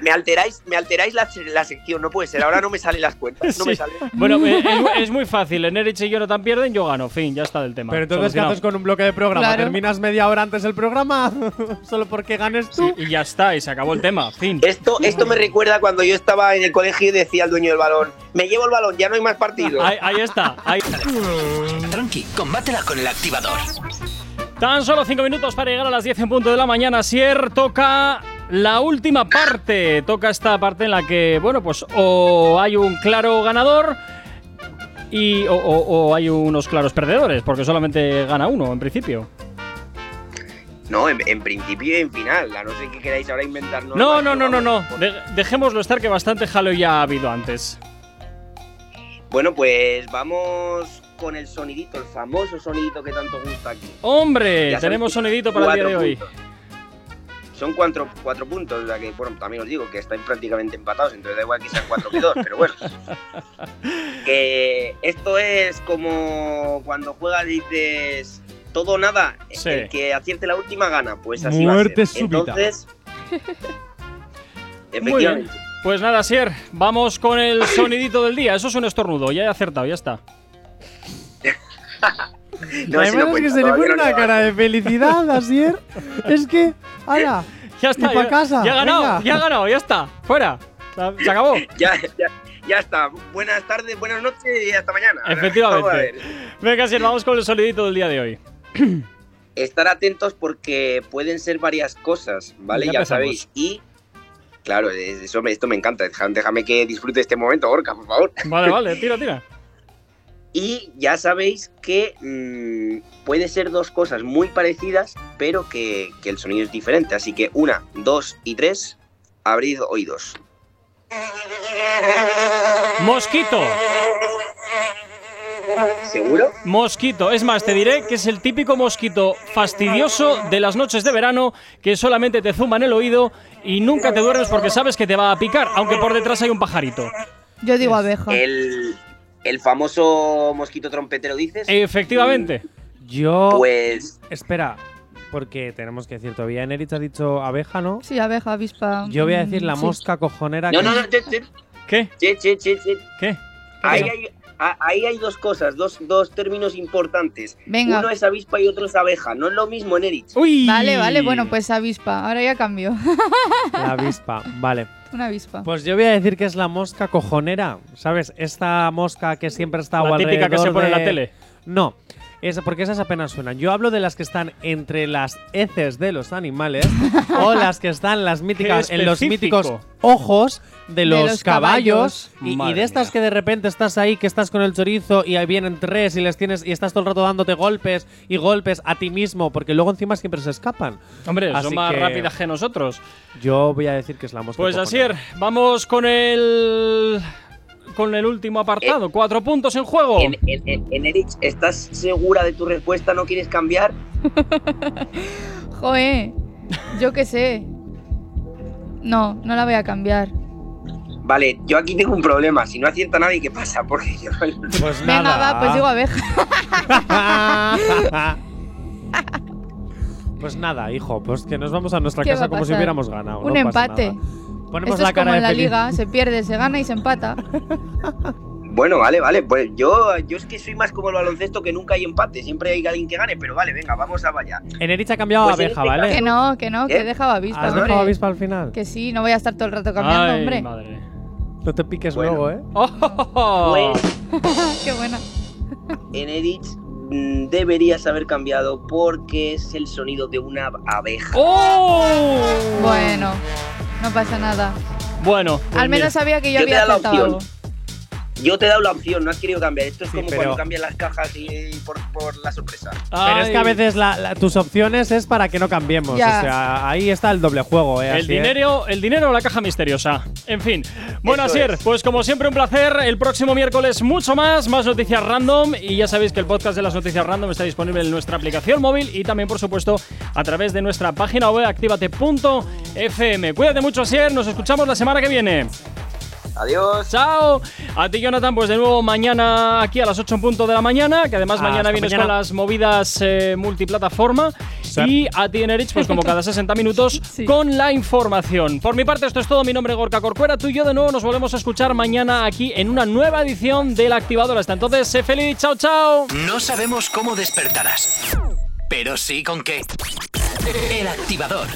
[SPEAKER 7] Me alteráis, me alteráis la, se- la sección, no puede ser. Ahora no me salen las cuentas. No
[SPEAKER 1] Sí.
[SPEAKER 7] me salen.
[SPEAKER 1] Bueno, eh, es, es muy fácil. Enerich y Jonathan pierden, yo gano. Fin, ya está del tema.
[SPEAKER 3] Pero entonces, ¿qué
[SPEAKER 1] Solucionado.
[SPEAKER 3] haces con un bloque de programa?
[SPEAKER 2] Claro.
[SPEAKER 3] ¿Terminas media hora antes el programa? ¿Solo porque ganes tú?
[SPEAKER 1] Y ya está, y se acabó el tema. Fin.
[SPEAKER 7] Esto, esto me recuerda cuando yo estaba en el colegio y decía al dueño del balón, me llevo el balón, ya no hay más partidos.
[SPEAKER 1] Ahí, ahí está. ahí-
[SPEAKER 4] Tranqui, combátela con el activador.
[SPEAKER 1] Tan solo cinco minutos para llegar a las 10 en punto de la mañana. Sier toca la última parte. Toca esta parte en la que, bueno, pues o hay un claro ganador. Y, o, o- o hay unos claros perdedores, porque solamente gana uno en principio.
[SPEAKER 7] No, en, en principio y en final, a no ser que queráis ahora inventar normas,
[SPEAKER 1] No, no,
[SPEAKER 7] pero
[SPEAKER 1] no, no, no.
[SPEAKER 7] vamos.
[SPEAKER 1] De- dejémoslo estar, que bastante jaleo ya ha habido antes.
[SPEAKER 7] Bueno, pues vamos con el sonidito, el famoso sonidito que tanto gusta aquí.
[SPEAKER 1] Hombre,
[SPEAKER 7] Ya sabéis
[SPEAKER 1] Eh, tenemos
[SPEAKER 7] que
[SPEAKER 1] sonidito para el día
[SPEAKER 7] cuatro
[SPEAKER 1] de hoy.
[SPEAKER 7] puntos. Son cuatro, cuatro puntos, o sea que, bueno, también os digo que están prácticamente empatados, entonces da igual que sean cuatro que dos, pero bueno. Que esto es como cuando juegas y dices todo o nada,
[SPEAKER 1] Sí.
[SPEAKER 7] el que acierte la última gana, pues así va
[SPEAKER 3] Muerte
[SPEAKER 7] a ser.
[SPEAKER 3] súbita.
[SPEAKER 7] Entonces,
[SPEAKER 1] Muy bien.
[SPEAKER 7] efectivamente.
[SPEAKER 1] Pues nada, Sier, vamos con el sonidito del día. Eso es un estornudo, ya he acertado, ya está.
[SPEAKER 3] Además
[SPEAKER 7] No, ese no
[SPEAKER 3] es que
[SPEAKER 7] cuenta,
[SPEAKER 3] se le
[SPEAKER 7] todavía
[SPEAKER 3] pone
[SPEAKER 7] no
[SPEAKER 3] una
[SPEAKER 7] llega.
[SPEAKER 3] cara de felicidad, Asier. Es que, ala,
[SPEAKER 1] Ya
[SPEAKER 3] Y
[SPEAKER 1] está.
[SPEAKER 3] pa'
[SPEAKER 1] ya,
[SPEAKER 3] casa,
[SPEAKER 1] ya ha ganado,
[SPEAKER 3] venga.
[SPEAKER 1] ya ha ganado, ya está. Fuera. Se- Se acabó.
[SPEAKER 7] Ya, ya, ya está. Buenas tardes, buenas noches y hasta mañana.
[SPEAKER 1] Efectivamente.
[SPEAKER 7] Vamos a ver.
[SPEAKER 1] Venga, Sier, vamos con el sonidito del día de hoy.
[SPEAKER 7] estar atentos porque pueden ser varias cosas, ¿vale?
[SPEAKER 1] Ya
[SPEAKER 7] Ya,
[SPEAKER 1] empezamos.
[SPEAKER 7] sabéis. Y, claro, es- eso me- esto me encanta. Deja- Déjame que disfrute este momento, Orca, por favor.
[SPEAKER 1] Vale, vale, tira, tira.
[SPEAKER 7] Y ya sabéis que mm, puede ser dos cosas muy parecidas, pero que, que el sonido es diferente. Así que una, dos y tres, abrid oídos.
[SPEAKER 1] Mosquito,
[SPEAKER 7] ¿Seguro?
[SPEAKER 1] mosquito. Es más, te diré que es el típico mosquito fastidioso de las noches de verano que solamente te zumba en el oído y nunca te duermes porque sabes que te va a picar, aunque por detrás hay un pajarito.
[SPEAKER 2] Yo digo abeja.
[SPEAKER 7] El, el famoso mosquito trompetero, dices.
[SPEAKER 1] Efectivamente.
[SPEAKER 3] yo.
[SPEAKER 7] Pues
[SPEAKER 3] Espera, porque tenemos que decir todavía. Eneritz ha dicho abeja, ¿no?
[SPEAKER 2] Sí, abeja, avispa.
[SPEAKER 3] Yo voy a
[SPEAKER 2] mm,
[SPEAKER 3] decir la
[SPEAKER 2] sí.
[SPEAKER 3] mosca cojonera.
[SPEAKER 7] No,
[SPEAKER 3] que-
[SPEAKER 7] no, no, che, che,
[SPEAKER 1] ¿Qué?
[SPEAKER 7] che, che, che, che.
[SPEAKER 1] ¿Qué?
[SPEAKER 7] Ahí hay, a- ahí hay dos cosas, dos, dos términos importantes.
[SPEAKER 2] Venga.
[SPEAKER 7] Uno es avispa y otro es abeja. No es lo mismo en Erich.
[SPEAKER 1] Uy.
[SPEAKER 2] Vale, vale, bueno, pues avispa. Ahora ya cambio.
[SPEAKER 3] La avispa, vale.
[SPEAKER 2] Una avispa.
[SPEAKER 3] Pues yo voy a decir que es la mosca cojonera, ¿sabes? Esta mosca que siempre está
[SPEAKER 1] La
[SPEAKER 3] o
[SPEAKER 1] típica que se
[SPEAKER 3] alrededor
[SPEAKER 1] pone en la
[SPEAKER 3] de-
[SPEAKER 1] tele.
[SPEAKER 3] No, esa- porque esas apenas suenan. Yo hablo de las que están entre las heces de los animales o las que están las míticas
[SPEAKER 1] Qué
[SPEAKER 3] en los
[SPEAKER 1] específico.
[SPEAKER 3] míticos ojos de los,
[SPEAKER 2] los
[SPEAKER 3] caballos,
[SPEAKER 2] caballos.
[SPEAKER 3] Y- y,
[SPEAKER 1] Madre
[SPEAKER 3] de estas
[SPEAKER 1] mía.
[SPEAKER 3] que de repente estás ahí que estás con el chorizo y ahí vienen tres y les tienes y estás todo el rato dándote golpes y golpes a ti mismo porque luego encima siempre se escapan.
[SPEAKER 1] Hombre,
[SPEAKER 3] Así
[SPEAKER 1] son más
[SPEAKER 3] que- este
[SPEAKER 1] rápidas que nosotros.
[SPEAKER 3] Yo voy a decir que es la mosca.
[SPEAKER 1] Pues
[SPEAKER 3] cojonera.
[SPEAKER 1] Asier, vamos con el con el último apartado. Cuatro puntos en juego.
[SPEAKER 7] En, en, en- en Erich, ¿estás segura de tu respuesta? ¿No quieres cambiar?
[SPEAKER 2] Joe, yo qué sé. No, no la voy a cambiar.
[SPEAKER 7] Vale, yo aquí tengo un problema. Si no acierta nadie, ¿qué pasa? Porque yo...
[SPEAKER 3] Pues
[SPEAKER 2] Venga,
[SPEAKER 3] nada.
[SPEAKER 2] va, pues digo abeja.
[SPEAKER 3] Pues nada, hijo, pues que nos vamos a nuestra
[SPEAKER 2] ¿Qué va
[SPEAKER 3] casa
[SPEAKER 2] a
[SPEAKER 3] como si
[SPEAKER 2] pasar?
[SPEAKER 3] hubiéramos ganado.
[SPEAKER 2] Un
[SPEAKER 3] no pasa
[SPEAKER 2] empate.
[SPEAKER 3] nada. Ponemos
[SPEAKER 2] Esto
[SPEAKER 3] la
[SPEAKER 2] es
[SPEAKER 3] cara
[SPEAKER 2] como en
[SPEAKER 3] de
[SPEAKER 2] la
[SPEAKER 3] feliz.
[SPEAKER 2] liga, se pierde, se gana y se empata.
[SPEAKER 7] Bueno, vale, vale. Pues yo, yo es que soy más como el baloncesto que nunca hay empate. Siempre hay alguien que gane, pero vale, venga, vamos a vaya.
[SPEAKER 3] Eneritz ha cambiado
[SPEAKER 7] Pues
[SPEAKER 3] a
[SPEAKER 7] en
[SPEAKER 3] abeja,
[SPEAKER 7] este
[SPEAKER 3] ¿vale?
[SPEAKER 2] Que no, que no, que
[SPEAKER 7] ¿Eh?
[SPEAKER 2] deja avispa,
[SPEAKER 3] Has
[SPEAKER 2] hombre.
[SPEAKER 3] Ah, dejado avispa al final.
[SPEAKER 2] Que sí, no voy a estar todo el rato cambiando,
[SPEAKER 1] Ay,
[SPEAKER 2] hombre.
[SPEAKER 1] madre.
[SPEAKER 3] No te piques
[SPEAKER 7] Bueno.
[SPEAKER 3] luego, ¿eh?
[SPEAKER 1] Oh, oh, oh.
[SPEAKER 7] Pues
[SPEAKER 2] Qué buena.
[SPEAKER 7] en Erich mm, deberías haber cambiado porque es el sonido de una abeja.
[SPEAKER 1] ¡Oh!
[SPEAKER 2] Bueno, no pasa nada.
[SPEAKER 1] Bueno, pues
[SPEAKER 2] Al menos
[SPEAKER 1] mira.
[SPEAKER 2] sabía que yo
[SPEAKER 7] Yo te he
[SPEAKER 2] había
[SPEAKER 7] dado la
[SPEAKER 2] acertado algo.
[SPEAKER 7] opción. Yo te he dado la opción, no has querido cambiar. Esto es
[SPEAKER 3] Sí,
[SPEAKER 7] como
[SPEAKER 3] pero-
[SPEAKER 7] cuando cambian las cajas y y por, por la sorpresa.
[SPEAKER 3] Pero es que a
[SPEAKER 1] Ay,
[SPEAKER 3] veces la- la- tus opciones es para que no cambiemos.
[SPEAKER 2] Ya.
[SPEAKER 3] O sea, ahí está el doble juego, ¿eh?
[SPEAKER 1] El
[SPEAKER 3] Asier?
[SPEAKER 1] dinero, el dinero o la caja misteriosa. En fin. Bueno,
[SPEAKER 7] Eso
[SPEAKER 1] Asier,
[SPEAKER 7] es.
[SPEAKER 1] pues como siempre un placer. El próximo miércoles mucho más, más noticias random. Y ya sabéis que el podcast de las noticias random está disponible en nuestra aplicación móvil y también, por supuesto, a través de nuestra página web activate.fm. Cuídate mucho, Asier. Nos escuchamos la semana que viene.
[SPEAKER 7] Adiós.
[SPEAKER 1] Chao. A ti, Jonathan, pues de nuevo mañana aquí a las 8 en punto de la mañana, que además
[SPEAKER 3] Ah, Hasta
[SPEAKER 1] mañana vienes
[SPEAKER 3] mañana.
[SPEAKER 1] con las movidas eh, multiplataforma.
[SPEAKER 3] Sí.
[SPEAKER 1] Y a ti, Enerich, pues como cada 60 minutos
[SPEAKER 2] Sí.
[SPEAKER 1] con la información. Por mi parte, esto es todo. Mi nombre es Gorka Corcuera. Tú y yo de nuevo nos volvemos a escuchar mañana aquí en una nueva edición del Activador. Hasta entonces, sé feliz. Chao, chao.
[SPEAKER 4] No sabemos cómo despertarás, pero sí con qué. El activador.